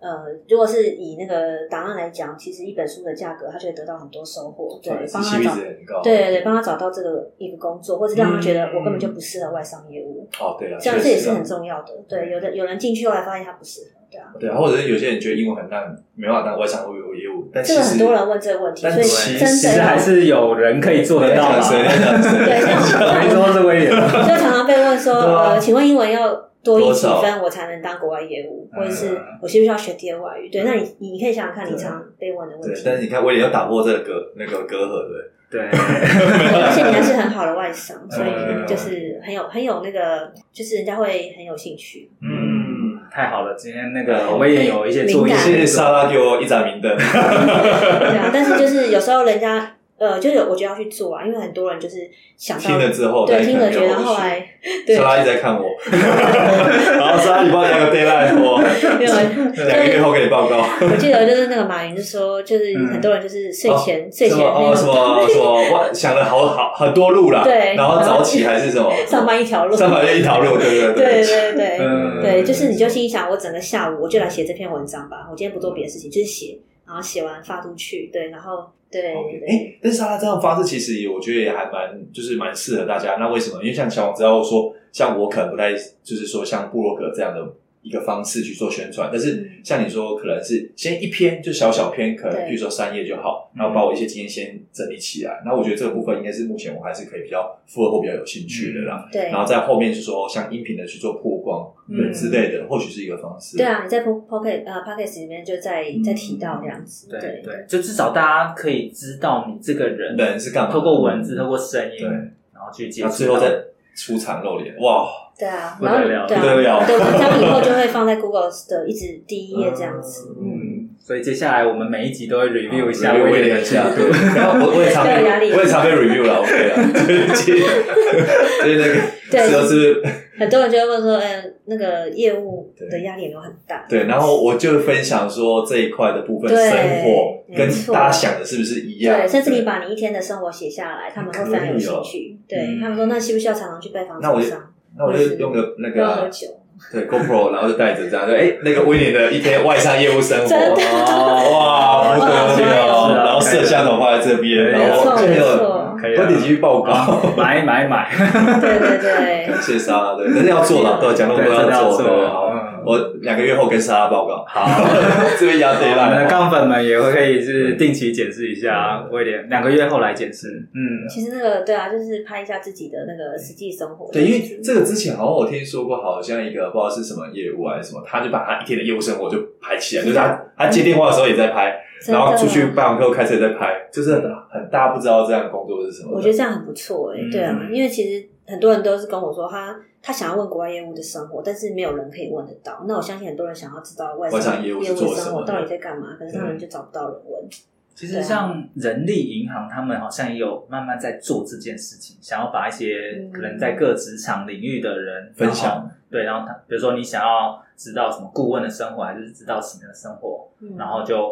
Speaker 3: 呃，如果是以那个档案来讲，其实一本书的价格，他就会得到很多收获，对，帮他
Speaker 2: CP 值
Speaker 3: 找。
Speaker 2: 很高，
Speaker 3: 对对对，帮他找到这个一个工作，或者让他觉得
Speaker 1: 嗯
Speaker 3: 我根本就不适合外商业务，
Speaker 2: 哦对啊，
Speaker 3: 这样
Speaker 2: 确
Speaker 3: 这也
Speaker 2: 实
Speaker 3: 是
Speaker 2: 啊
Speaker 3: 很重要的。对，有的有人进去后来发现他不适合，对啊。
Speaker 2: 对啊，或者是有些人觉得英文很烂，没办法当外商业务业务，但其实
Speaker 3: 这个很多人问这个问题，
Speaker 2: 但
Speaker 3: 所以
Speaker 2: 其
Speaker 3: 真
Speaker 1: 其
Speaker 3: 的
Speaker 1: 实
Speaker 3: 要
Speaker 1: 还是有人可以做得到嘛。
Speaker 2: 讲谁讲 谁，
Speaker 3: 对，像
Speaker 1: 没
Speaker 3: 像
Speaker 1: 错，是威廉。
Speaker 3: 我就常常被问说，
Speaker 2: 对啊
Speaker 3: 呃，请问英文要多一几
Speaker 2: 多
Speaker 3: 分我才能当国外业务，
Speaker 1: 嗯
Speaker 3: 或者是我需不需要学第二外语？对，那你你你可以想想看，你
Speaker 2: 对
Speaker 3: 常被问的问
Speaker 2: 对，
Speaker 3: 题，
Speaker 2: 但是你看威廉要打破这个隔那个隔阂，对
Speaker 1: 对，
Speaker 3: 而且你还是很好的 外商，所
Speaker 2: 嗯
Speaker 3: 以就是很有很有那个，就是人家会很有兴趣。
Speaker 1: 嗯，太好了，今天那个威廉有一些作业
Speaker 2: 不
Speaker 3: 敏感
Speaker 2: 对，谢谢莎拉给我一盏明灯，
Speaker 3: 对啊，但是就是有时候人家。呃，就是我觉得要去做啊，因为很多人就是想到
Speaker 2: 听了之后，哎
Speaker 3: 对听了觉得后来 对
Speaker 2: 莎拉一直在看我， 然后莎拉你帮我拿个 d a y l i g h t 我
Speaker 3: 没有
Speaker 2: 两个月后给你报告。
Speaker 3: 我记得就是那个马云就说，就是
Speaker 1: 嗯
Speaker 3: 很多人就是睡前、睡
Speaker 2: 什
Speaker 3: 前
Speaker 2: 么
Speaker 3: 那
Speaker 2: 哦什
Speaker 3: 种
Speaker 2: 么什么，哇想了好好很多路啦，
Speaker 3: 对
Speaker 2: 然后早起还是什么，
Speaker 3: 上班一条路，
Speaker 2: 上班就一条路，对对
Speaker 3: 对对对
Speaker 1: 嗯
Speaker 3: 对，就是你就心里想，我整个下午我就来写这篇文章吧，我今天不做别的事情，就是写，然后写完发出去，对，然后对对
Speaker 2: OK，哎、
Speaker 3: 对，
Speaker 2: 但是莎拉这样的方式其实也我觉得也还蛮，就是蛮适合大家。那为什么？因为像小王知道说，像我可能不太，就是说像布洛格这样的一个方式去做宣传。但是
Speaker 3: 嗯
Speaker 2: 像你说，可能是先一篇就小小篇，可能
Speaker 3: 对嗯
Speaker 2: 比如说三页就好，然后把我一些经验先整理起来。那我觉得这个部分应该是目前我还是可以比较符合或比较有兴趣的啦。
Speaker 3: 对
Speaker 2: 然后在后面是说像音频的去做曝光
Speaker 3: 嗯
Speaker 2: 对之类的，或许是一个方式。
Speaker 3: 对啊，你在 po pocket 呃 pocket 里面就在
Speaker 2: 嗯
Speaker 3: 在提到这样子，
Speaker 1: 对
Speaker 3: 对
Speaker 1: 对，就至少大家可以知道你这个人，
Speaker 2: 人是干嘛的？
Speaker 1: 透过文字，透过声音
Speaker 2: 对，
Speaker 1: 然后去接
Speaker 2: 那
Speaker 1: 触到，
Speaker 2: 最后再出场露脸，哇！
Speaker 3: 对啊，
Speaker 1: 不
Speaker 3: 然后
Speaker 1: 得
Speaker 3: 你
Speaker 1: 了
Speaker 3: 对
Speaker 2: 不得了
Speaker 3: 啊，对文章以后就会放在 Google 的一直第一页这样子，嗯，
Speaker 1: 嗯，所以接下来我们每一集都会啊 review 一下
Speaker 2: 威
Speaker 1: 威
Speaker 2: 廉
Speaker 1: 廉
Speaker 2: 一
Speaker 1: 一
Speaker 2: 下
Speaker 1: 下，，
Speaker 2: 对，然后我我也常被
Speaker 3: 对有压力
Speaker 2: 我也常被 review 了，OK 啊了， 对那个，
Speaker 3: 对
Speaker 2: 是不是？
Speaker 3: 很多人就会问说，嗯，那个业务的压力有没有很大？
Speaker 2: 对，然后我就分享说这一块的部分，
Speaker 3: 对
Speaker 2: 生活跟
Speaker 3: 没错
Speaker 2: 大家想的是不是一样？
Speaker 3: 对，甚至你把你一天的生活写下来，他们会非常有兴趣。对
Speaker 1: 嗯
Speaker 3: 他们说，那需不需要常常去拜访
Speaker 2: 哦那我
Speaker 3: 厂
Speaker 2: 就
Speaker 3: 商，
Speaker 2: 那我就用个那
Speaker 3: 不要喝
Speaker 2: 个
Speaker 3: 酒？
Speaker 2: 对 GoPro，然后就带着这样，就哎，那个威廉的一天外商业务生活，
Speaker 3: 真
Speaker 2: 哇，不得
Speaker 3: 是
Speaker 2: 了，
Speaker 3: 啊
Speaker 2: 哦然后摄像头放在这边，
Speaker 1: 没
Speaker 2: 然后
Speaker 3: 错
Speaker 2: 这
Speaker 3: 没
Speaker 2: 个
Speaker 3: 错，
Speaker 1: 可以啊
Speaker 2: 快
Speaker 1: 了
Speaker 2: 点去报告。
Speaker 1: 买买买，
Speaker 3: 对对对
Speaker 2: 感谢莎拉，对，但是要做的，对，讲那么
Speaker 1: 对，
Speaker 2: 多
Speaker 1: 真的要
Speaker 2: 要
Speaker 1: 做
Speaker 2: 做，对，好。
Speaker 1: 嗯
Speaker 2: 我两个月后跟莎拉报告，
Speaker 1: 好，
Speaker 2: 这边压对
Speaker 1: 我们的
Speaker 2: 了。
Speaker 1: 杠粉们也会可以是定期检视一下威廉，两个月后来检视，嗯，
Speaker 3: 其实那个对啊，就是拍一下自己的那个实际生活。
Speaker 2: 对，因为这个之前好像我听说过，好像一个不知道是什么业务啊还是什么，他就把他一天的业务生活就拍起来，就是他他接电话的时候也在拍，
Speaker 3: 真的
Speaker 2: 然后出去办完课开车也在拍，就是很很大不知道这样工作是什么的。
Speaker 3: 我觉得这样很不错哎、
Speaker 1: 嗯
Speaker 3: 对啊，因为其实很多人都是跟我说他他想要问国外业务的生活，但是没有人可以问得到。那我相信很多人想要知道外
Speaker 2: 外
Speaker 3: 商
Speaker 2: 商业务
Speaker 3: 务
Speaker 2: 是做
Speaker 3: 的
Speaker 2: 什
Speaker 3: 生
Speaker 2: 么
Speaker 3: 活
Speaker 2: 的
Speaker 3: 到底在干嘛，可是他们
Speaker 2: 嗯
Speaker 3: 就找不到人问。
Speaker 1: 其
Speaker 3: 啊
Speaker 1: 实像人力银行，他们好像也有慢慢在做这件事情，想要把一些
Speaker 3: 嗯
Speaker 1: 可能在各职场领域的人
Speaker 2: 分享，
Speaker 1: 然后对，然后他比如说你想要知道什么顾问的生活，还是知道什么的生活，
Speaker 3: 嗯
Speaker 1: 然后就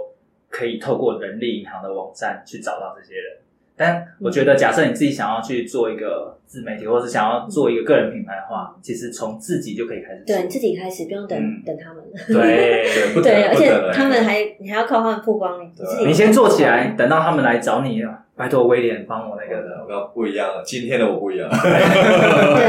Speaker 1: 可以透过人力银行的网站去找到这些人。
Speaker 3: 嗯
Speaker 1: 但我觉得，假设你自己想要去做一个自媒体，或是想要做一个个人品牌的话，其实从自己就可以开始做。
Speaker 3: 对你自己开始，不用等、
Speaker 1: 嗯
Speaker 3: 等他们。
Speaker 1: 对，
Speaker 2: 不哎
Speaker 3: 对，而且
Speaker 2: 不可能
Speaker 3: 他们还你还要靠他们曝光，你自
Speaker 2: 啊
Speaker 3: 己
Speaker 1: 你先做起来，等到他们来找你，拜托威廉帮我那
Speaker 2: 那个
Speaker 1: 个。
Speaker 2: 的，我要不一样了，今天的我不一样。
Speaker 3: 对啊，对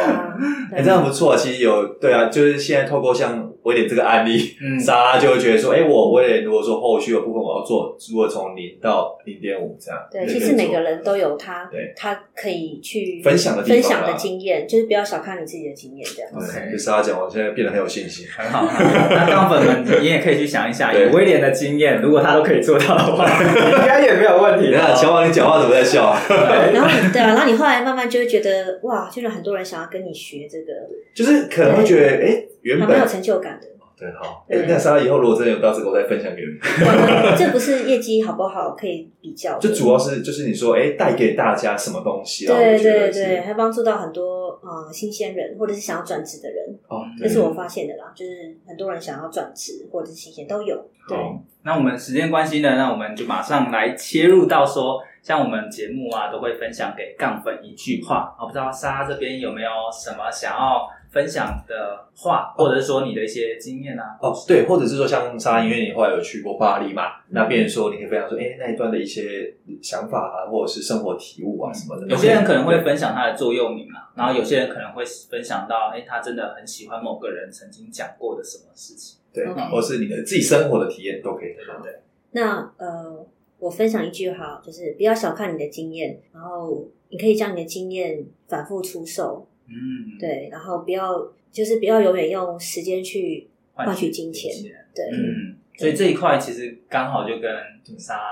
Speaker 3: 啊，
Speaker 2: 哎、这样不错，其实有对啊，就是现在透过像威廉这个案例，
Speaker 1: 嗯
Speaker 2: 莎拉就会觉得说，哎、我威廉如果说后续的部分我要做，如果从零到零点五这样，
Speaker 3: 对，
Speaker 2: 就
Speaker 3: 其
Speaker 2: 可
Speaker 3: 实
Speaker 2: 以
Speaker 3: 每
Speaker 2: 做
Speaker 3: 个人都有他
Speaker 2: 对
Speaker 3: 他可以去
Speaker 2: 分享的地方
Speaker 3: 分
Speaker 2: 啊
Speaker 3: 享的经验，就是不要小看你自己的经验这样。
Speaker 1: OK
Speaker 2: 对就莎拉讲，我现在变得很有信 心。
Speaker 1: 很好，很好那杠粉们，你也可以去想一下，
Speaker 2: 对
Speaker 1: 以威廉的经验，如果他都可以做到的话， 应该也没有问题
Speaker 2: 你
Speaker 1: 的。哦
Speaker 2: 看，小王，你讲话怎么在笑啊？
Speaker 3: 然后你对啊，然后你后来慢慢就会觉得哇，就是很多人想要跟你学这个，
Speaker 2: 就是可能会觉得，哎、原
Speaker 3: 还
Speaker 2: 本
Speaker 3: 蛮有成就感的。
Speaker 2: 对好，哎、
Speaker 3: 对
Speaker 2: 那莎拉以后如果真的有到这个，我再分享给你。
Speaker 3: 对这不是业绩好不好可以比较的，
Speaker 2: 就主要是就是你说，哎、带给大家什么东西啊？
Speaker 3: 对
Speaker 2: 我觉得
Speaker 3: 对
Speaker 2: 是
Speaker 3: 对，，还帮助到很多呃新鲜人或者是想要转职的人，
Speaker 2: 哦，
Speaker 3: 这
Speaker 2: 对
Speaker 3: 是我发现的啦，就是很多人想要转职或者是新鲜都有。对，
Speaker 2: 好
Speaker 1: 那我们时间关系呢，那我们就马上来切入到说，像我们节目啊，都会分享给杠粉一句话。哦我不知道莎拉这边有没有什么想要分享的话，或者是说你的一些经验啊？
Speaker 2: 哦，对，或者是说像莎拉，因为你后来有去过巴黎嘛，
Speaker 1: 嗯
Speaker 2: 那变成说你可以分享说，哎，那一段的一些想法啊，或者是生活体悟啊什么的。
Speaker 1: 嗯有些人可能会分享他的座右铭啊，然后有些人可能会分享到，哎、他真的很喜欢某个人曾经讲过的什么事情。
Speaker 2: 对，
Speaker 3: OK
Speaker 2: 或是你的自己生活的体验都可以得到。对，
Speaker 3: 那呃，我分享一句哈，就是不要小看你的经验，然后你可以将你的经验反复出售，
Speaker 1: 嗯，，
Speaker 3: 对，然后不要就是不要永远用时间去换取金钱，对，
Speaker 1: 嗯，所以这一块其实刚好就跟莎拉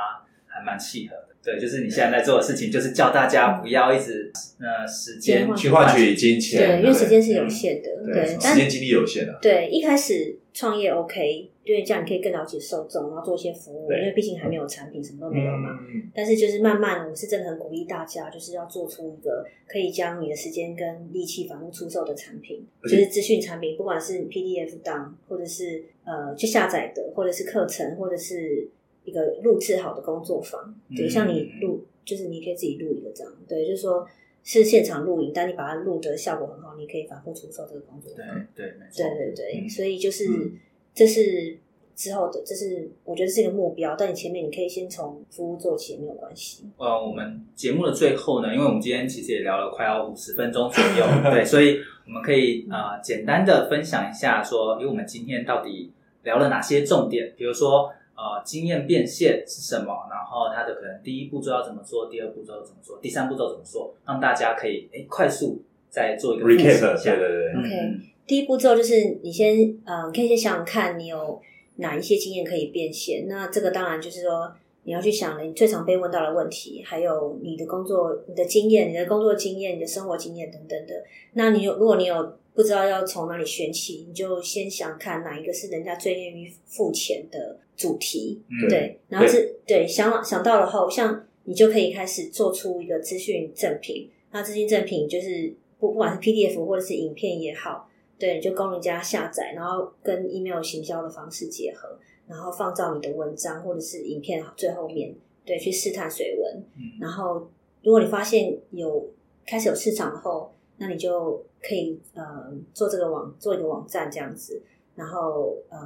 Speaker 1: 还蛮契合的。对，就是你现在在做的事情，就是叫大家不要一直呃时间
Speaker 3: 嗯
Speaker 2: 去换取金钱，
Speaker 3: 对，因为时间是有
Speaker 1: 嗯
Speaker 3: 限的，
Speaker 2: 对，
Speaker 3: 但
Speaker 2: 时间精力有限啊。
Speaker 3: 对一开始创业 OK，因为这样你可以更了解受众，然后做一些服务，
Speaker 2: 对
Speaker 3: 因为毕竟还没有产品，什么都没有嘛。
Speaker 2: 嗯，
Speaker 3: 但是就是慢慢，我是真的很鼓励大家，就是要做出一个可以将你的时间跟力气反复出售的产品，
Speaker 2: 而
Speaker 3: 就
Speaker 2: 且
Speaker 3: 是资讯产品，不管是 PDF 档，或者是呃去下载的，或者是课程，或者是一个录制好的工作坊。对，
Speaker 1: 嗯
Speaker 3: 像你录，就是你可以自己录一个这样。对，就是说是现场录影，但你把它录的效果很好，你可以反复出售这个工作坊。
Speaker 1: 对，没错
Speaker 3: 对，对对，
Speaker 2: 嗯
Speaker 3: 所以就是、
Speaker 2: 嗯
Speaker 3: 这是之后的，这是我觉得是一个目标，但你前面你可以先从服务做起，没有关系。
Speaker 1: 呃，我们节目的最后呢，因为我们今天其实也聊了快要五十分钟左右，对，所以我们可以呃简单的分享一下说，因为我们今天到底聊了哪些重点，比如说呃经验变现是什么，然后它的可能第一步骤要怎么做，第二步骤怎么做，第三步骤怎么做，让大家可以哎快速再做一个复习一
Speaker 2: recap，
Speaker 1: 下
Speaker 2: 对对。对，
Speaker 1: 嗯
Speaker 3: OK 第一步骤就是你先，呃，你可以先想想看你有哪一些经验可以变现。那这个当然就是说你要去想了你最常被问到的问题，还有你的工作、你的经验、你的工作经验、你的生活经验等等的。那你有，如果你有不知道要从哪里选起，你就先想看哪一个是人家最愿意付钱的主题，
Speaker 1: 嗯
Speaker 3: 对，然后是对想想到了后，像你就可以开始做出一个资讯赠品。那资讯赠品就是不不管是 PDF 或者是影片也好，对，你就供人家下载，然后跟 email 行销的方式结合，然后放到你的文章或者是影片最后面，对，去试探水温。
Speaker 1: 嗯
Speaker 3: 然后如果你发现有开始有市场后，那你就可以呃做这个网做一个网站这样子，然后呃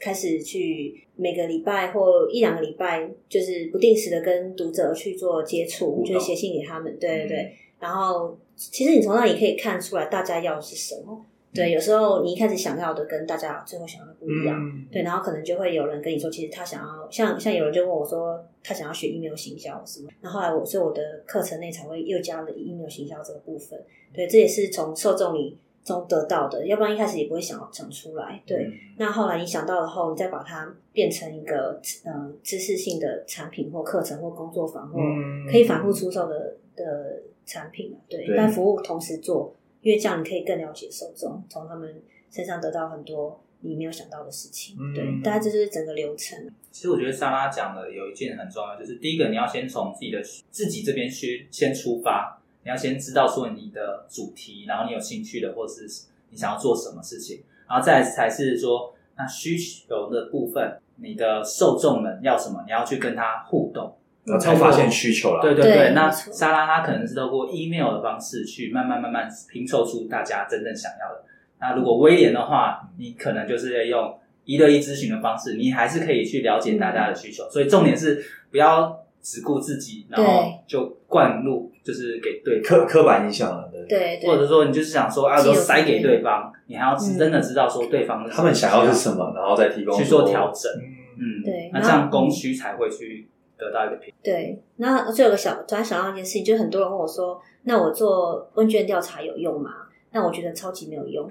Speaker 3: 开始去每个礼拜或一两个礼拜，就是不定时的跟读者去做接触，
Speaker 2: 动
Speaker 3: 就是写信给他们，对对对。然后其实你从那里可以看出来大家要的是什么。对，有时候你一开始想要的跟大家最后想要的不一样，
Speaker 2: 嗯，
Speaker 3: 对，然后可能就会有人跟你说，其实他想要像像有人就问我说，他想要学 email 行销什么，然后后来我所以我的课程内才会又加了 email 行销这个部分，对，这也是从受众里中得到的，要不然一开始也不会想想出来，对。
Speaker 2: 嗯
Speaker 3: 那后来你想到了后，你再把它变成一个呃知识性的产品或课程或工作坊或
Speaker 2: 嗯
Speaker 3: 可以反复出售的的产品嘛，对，
Speaker 2: 对
Speaker 3: 但服务同时做，因为这样你可以更了解受众，从他们身上得到很多你没有想到的事情，
Speaker 2: 嗯
Speaker 3: 对，大概这就是整个流程。
Speaker 1: 其实我觉得莎拉讲的有一件很重要，就是第一个你要先从自己的自己这边去先出发，你要先知道说你的主题，然后你有兴趣的或是你想要做什么事情，然后再来才是说那需求的部分，你的受众们要什么，你要去跟他互动。
Speaker 2: 然后才发现需求了，
Speaker 1: 对对
Speaker 3: 对
Speaker 1: 对，那
Speaker 3: 没错
Speaker 1: 莎拉她可能是透过 email 的方式去慢慢慢慢拼凑出大家真正想要的。那如果威廉的话，你可能就是用一对一咨询的方式，你还是可以去了解大家的需
Speaker 3: 嗯
Speaker 1: 求。所以重点是不要只顾自己，然后就灌入就是给对方
Speaker 2: 刻刻板印象了，对，
Speaker 3: 对对，
Speaker 1: 或者说你就是想说啊，
Speaker 3: 既
Speaker 1: 都
Speaker 3: 有
Speaker 1: 塞给
Speaker 3: 经验
Speaker 1: 对方，你还要
Speaker 3: 嗯
Speaker 1: 真的知道说对方的
Speaker 2: 他们想要是什
Speaker 1: 么
Speaker 2: 么，然后再提供
Speaker 1: 去做调整。 嗯，
Speaker 2: 嗯
Speaker 3: 对
Speaker 1: 那
Speaker 3: 然
Speaker 1: 这样
Speaker 3: 后
Speaker 1: 供需才会去得到一个平衡。
Speaker 3: 对，那最有个小突然想到一件事情，就是很多人问我说：“那我做问卷调查有用吗？”那我觉得超级没有用。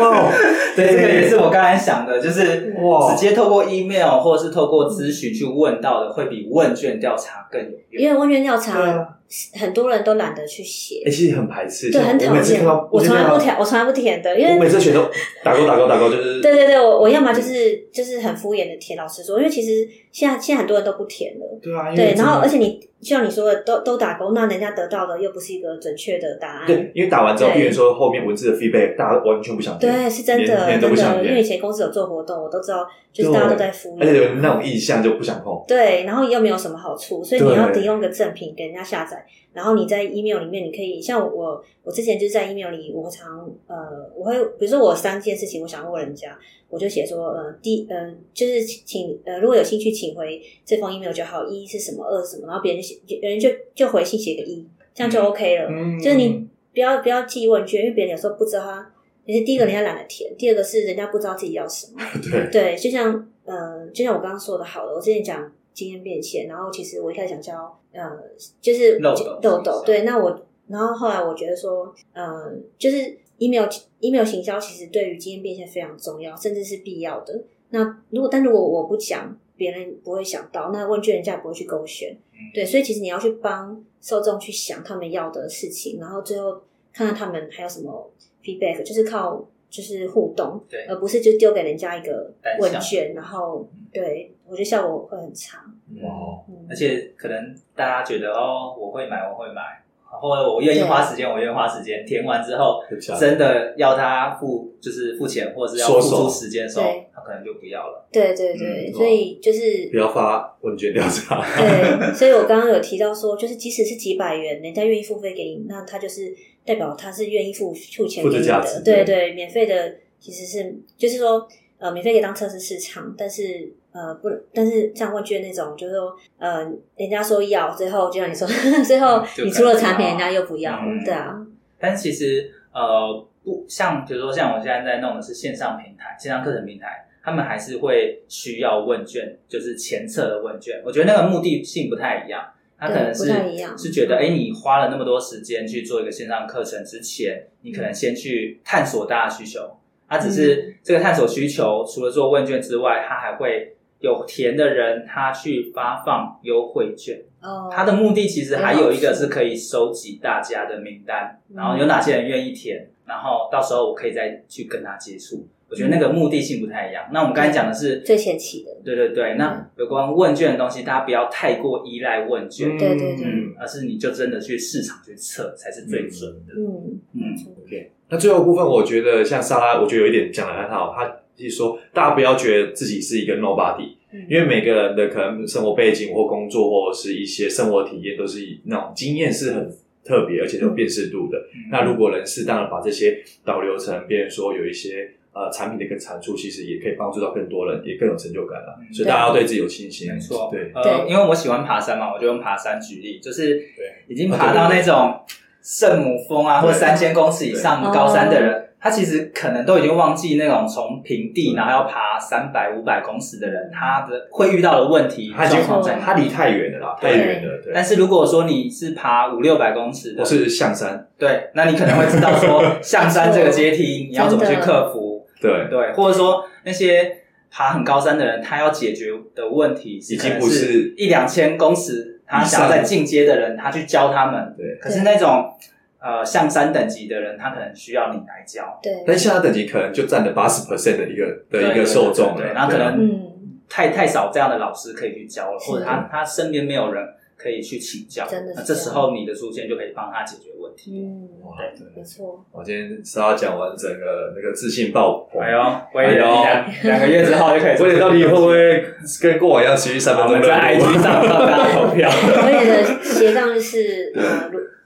Speaker 2: 哇，
Speaker 1: 对，这个也是我刚才想的，就是
Speaker 2: 哇
Speaker 1: 直接透过 email 或者是透过咨询去问到的，会比问卷调查更有用。
Speaker 3: 因为问卷调查、
Speaker 2: 对啊
Speaker 3: 很多人都懒得去写，
Speaker 2: 哎，其实很排斥，
Speaker 3: 对，很
Speaker 2: 我
Speaker 3: 讨
Speaker 2: 每次看
Speaker 3: 厌
Speaker 2: 到。
Speaker 3: 我从来不
Speaker 2: 调，
Speaker 3: 填，我从来不填的，因
Speaker 2: 我
Speaker 3: 为
Speaker 2: 每次选都打勾打勾打勾，就是
Speaker 3: 对对对，我我要么就是就是很敷衍的填，老实说，因为其实现在现在很多人都不填了，
Speaker 2: 对啊，因为
Speaker 3: 对，
Speaker 2: 真的
Speaker 3: 然后而且你就像你说的，都都打勾，那人家得到的又不是一个准确的答案，
Speaker 2: 对，因为打完之后，
Speaker 3: 对
Speaker 2: 比如说后面文字的 feedback，大家完全不想听，
Speaker 3: 对，是真
Speaker 2: 连
Speaker 3: 的，
Speaker 2: 连
Speaker 3: 真
Speaker 2: 都不想
Speaker 3: 的，因为以
Speaker 2: 听，
Speaker 3: 前公司有做活动，我都知道，就是大家都在敷
Speaker 2: 而且有
Speaker 3: 衍。
Speaker 2: 那种印象就不想碰，
Speaker 3: 对，然后又没有什么好处，所以你
Speaker 2: 对
Speaker 3: 要得用个赠品给人家下载，然后你在 email 里面，你可以像我，我之前就是在 email 里，我常呃，我会比如说我三件事情我想问人家，我就写说，呃，第呃就是请呃如果有兴趣请回这封 email 就好，一是什么，二是什么，然后别人就写，别人就就回信写个一，这样就 OK 了。
Speaker 2: 嗯
Speaker 3: 就是你不要不要寄问卷，因为别人有时候不知道他，也是第一个人家懒得填，第二个是人家不知道自己要什么。
Speaker 2: 对，
Speaker 3: 对，就像呃，就像我刚刚说的，好了，我之前讲经验变现，然后其实我一开始想教呃，就是
Speaker 1: 漏斗
Speaker 3: 豆豆，对，那我然后后来我觉得说，呃，就是 email email 行销其实对于经验变现非常重要，甚至是必要的。那如果但如果我不讲，别人不会想到，那问卷人家也不会去勾选，对，所以其实你要去帮受众去想他们要的事情，然后最后看看他们还有什么 feedback，就是靠就是互动，
Speaker 1: 对
Speaker 3: 而不是就丢给人家一个
Speaker 1: 单向嗯
Speaker 3: 问卷，然后对我觉得效果会很差。
Speaker 2: 哇，
Speaker 3: 嗯
Speaker 1: 而且可能大家觉得哦，我会买，我会买，或者我愿意花时间，我愿意花时间。填完之后
Speaker 2: 对假，的
Speaker 1: 真的要他付，就是付钱，或者是要付
Speaker 2: 缩手
Speaker 1: 出时间的时候
Speaker 3: 对，
Speaker 1: 他可能就不要了。
Speaker 3: 对对对，
Speaker 2: 嗯
Speaker 3: 所
Speaker 1: 哦
Speaker 3: 以就是
Speaker 2: 不要发问卷调查，
Speaker 3: 对，所以我刚刚有提到说，就是即使是几百元，人家愿意付费给你，那他就是代表他是愿意付付钱
Speaker 2: 付
Speaker 3: 给你
Speaker 2: 的价值
Speaker 3: 的。
Speaker 2: 对
Speaker 3: 对对，免费的其实是就是说，呃，免费可以当测试市场，但是呃不，但是像问卷那种，就是说呃，人家说要，最后就像 你说， 最后
Speaker 1: 就
Speaker 3: 你
Speaker 1: 可
Speaker 3: 出了
Speaker 1: 能
Speaker 3: 产品，
Speaker 1: 要
Speaker 3: 人家又不要，
Speaker 1: 嗯
Speaker 3: 对啊，
Speaker 1: 但其实呃，不像比如说像我现在在弄的是线上平台，线上课程平台。他们还是会需要问卷，就是前测的问卷。我觉得那个目的性不太一样，他可
Speaker 3: 对
Speaker 1: 能
Speaker 3: 不
Speaker 1: 是
Speaker 3: 太一样
Speaker 1: 是觉得，
Speaker 3: 嗯
Speaker 1: 哎、你花了那么多时间去做一个线上课程之前，你可能先去探索大家需求。他、只
Speaker 3: 嗯
Speaker 1: 是这个探索需求，除了做问卷之外，他还会有填的人他去发放优惠券。
Speaker 3: 哦，
Speaker 1: 他的目的其实还有一个是可以收集大家的名单，
Speaker 3: 嗯
Speaker 1: 然后有哪些人愿意填，然后到时候我可以再去跟他接触。我觉得那个目的性不太一样。那我们刚才讲的是
Speaker 3: 最前期的，
Speaker 1: 对对对，
Speaker 3: 嗯
Speaker 1: 那有关问卷的东西，大家不要太过依赖问卷，
Speaker 3: 对对对
Speaker 1: 嗯，而是你就真的去市场去测才是最准的。
Speaker 3: 嗯，
Speaker 1: 嗯，
Speaker 2: OK，那最后部分，我觉得像莎拉，我觉得有一点讲的很好，她是说大家不要觉得自己是一个 nobody，因
Speaker 3: 嗯
Speaker 2: 为每个人的可能生活背景或工作或者是一些生活体验都是以那种经验是很特别，而且有辨识度的。嗯那如果能适当的把这些导流成，变成说有一些呃产品的一个产出，其实也可以帮助到更多人，也更有成就感了。
Speaker 1: 嗯
Speaker 2: 所以大家要对自己有信心，
Speaker 1: 没错，
Speaker 2: 对，
Speaker 1: 呃，
Speaker 3: 对
Speaker 1: 因为我喜欢爬山嘛，我就用爬山举例，就是
Speaker 2: 对
Speaker 1: 已经爬到那种圣母峰啊，或
Speaker 2: 对
Speaker 1: 三千公尺以上
Speaker 3: 对
Speaker 1: 高山的人，他其实可能都已经忘记那种从平地然后要爬三百五百公尺的人，他的会遇到的问题
Speaker 2: 他已经
Speaker 1: 状况在
Speaker 2: 他
Speaker 1: 哪。
Speaker 2: 离太远了啦，太远了，对。
Speaker 1: 但是如果说你是爬五六百公尺的
Speaker 2: 我，是象山，
Speaker 1: 对，那你可能会知道说象山这个阶梯你要怎么去
Speaker 3: 真的
Speaker 1: 克服，
Speaker 2: 对，
Speaker 1: 对，或者说那些爬很高山的人，他要解决的问题是
Speaker 2: 已经
Speaker 1: 可能
Speaker 2: 不
Speaker 1: 是
Speaker 2: 是
Speaker 1: 一两千公尺，他
Speaker 2: 以
Speaker 1: 想要
Speaker 2: 上
Speaker 1: 在进阶的人，他去教他们。
Speaker 2: 对
Speaker 1: 可是那种呃象山等级的人，他可能需要你来教。
Speaker 3: 对，
Speaker 2: 但下等级可能就占了八十 percent 的一个的一
Speaker 1: 对
Speaker 2: 个受众
Speaker 1: 对
Speaker 2: 了
Speaker 1: 对，然后可
Speaker 2: 对啊
Speaker 1: 能
Speaker 3: 嗯，
Speaker 1: 太太少这样的老师可以去教了，
Speaker 3: 是
Speaker 1: 或者他他身边没有人可以去请教，
Speaker 3: 真的是
Speaker 1: 那这
Speaker 3: 这样
Speaker 1: 时候你的出现就可以帮他解决问题。
Speaker 3: 嗯，
Speaker 2: 哇，
Speaker 3: 没
Speaker 2: 对，
Speaker 3: 错，
Speaker 2: 我今天是要讲完整个那个自信爆棚，
Speaker 1: 哎呦，我
Speaker 2: 哎
Speaker 1: 也
Speaker 2: 呦
Speaker 1: 两两个月之后就可以做
Speaker 2: 威
Speaker 1: 这
Speaker 2: 廉
Speaker 1: 个
Speaker 2: 到
Speaker 1: 东西。
Speaker 2: 底会不会跟过往一样持续三分
Speaker 1: 我
Speaker 2: 钟
Speaker 1: 们
Speaker 2: 热
Speaker 1: 在
Speaker 2: 度
Speaker 1: IG 上帮大家投 票？
Speaker 3: 我也的斜杠是呃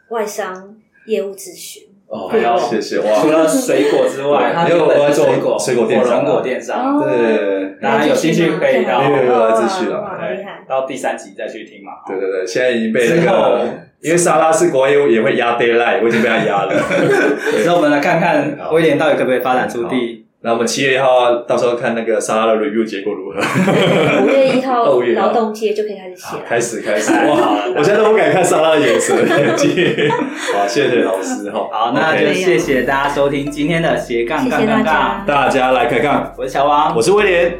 Speaker 3: 外商业务咨询。
Speaker 2: 哦
Speaker 1: 哎呦，
Speaker 2: 谢谢
Speaker 1: 除
Speaker 2: 哇，
Speaker 1: 了水果之外，
Speaker 2: 对
Speaker 1: 它
Speaker 2: 因为我
Speaker 1: 原本是
Speaker 2: 在做
Speaker 1: 水果
Speaker 2: 水果电
Speaker 1: 火
Speaker 2: 商
Speaker 1: 龙
Speaker 2: 啊
Speaker 1: 果电商，
Speaker 3: 哦
Speaker 2: 对
Speaker 1: 大家有兴趣可以到哎
Speaker 3: 没
Speaker 2: 有没有来自序了
Speaker 3: 哇，好厉害！
Speaker 1: 到第三集再去听嘛。
Speaker 2: 对对对，现在已经被那
Speaker 1: 之后
Speaker 2: 个，因为莎拉是国业务也会压 d a y l i g h t 我已经被她压 了。
Speaker 1: 之后我们来看看
Speaker 2: 好
Speaker 1: 威廉到底可不可以发展出第
Speaker 2: 那我们七月一号到时候看那个莎拉的 review 结果如何？
Speaker 3: 五月一号
Speaker 2: 二月啊
Speaker 3: 劳动节就可以开始写
Speaker 2: 好
Speaker 3: 了。
Speaker 2: 开始开始，哇！我现在都不敢看莎拉的眼神，眼睛。好，谢谢老师哈。
Speaker 1: 好，那就
Speaker 2: OK，
Speaker 1: 谢谢大家收听今天的斜杠
Speaker 3: 谢
Speaker 1: 杠
Speaker 3: 谢大
Speaker 1: 杠杠，
Speaker 3: 家，
Speaker 2: 大家来开杠，
Speaker 1: 我是小王，
Speaker 2: 我是威廉，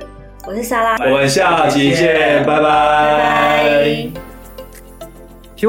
Speaker 3: 我是莎拉，
Speaker 2: 我们下期见，拜
Speaker 3: 拜
Speaker 2: 拜
Speaker 3: 拜。
Speaker 4: 听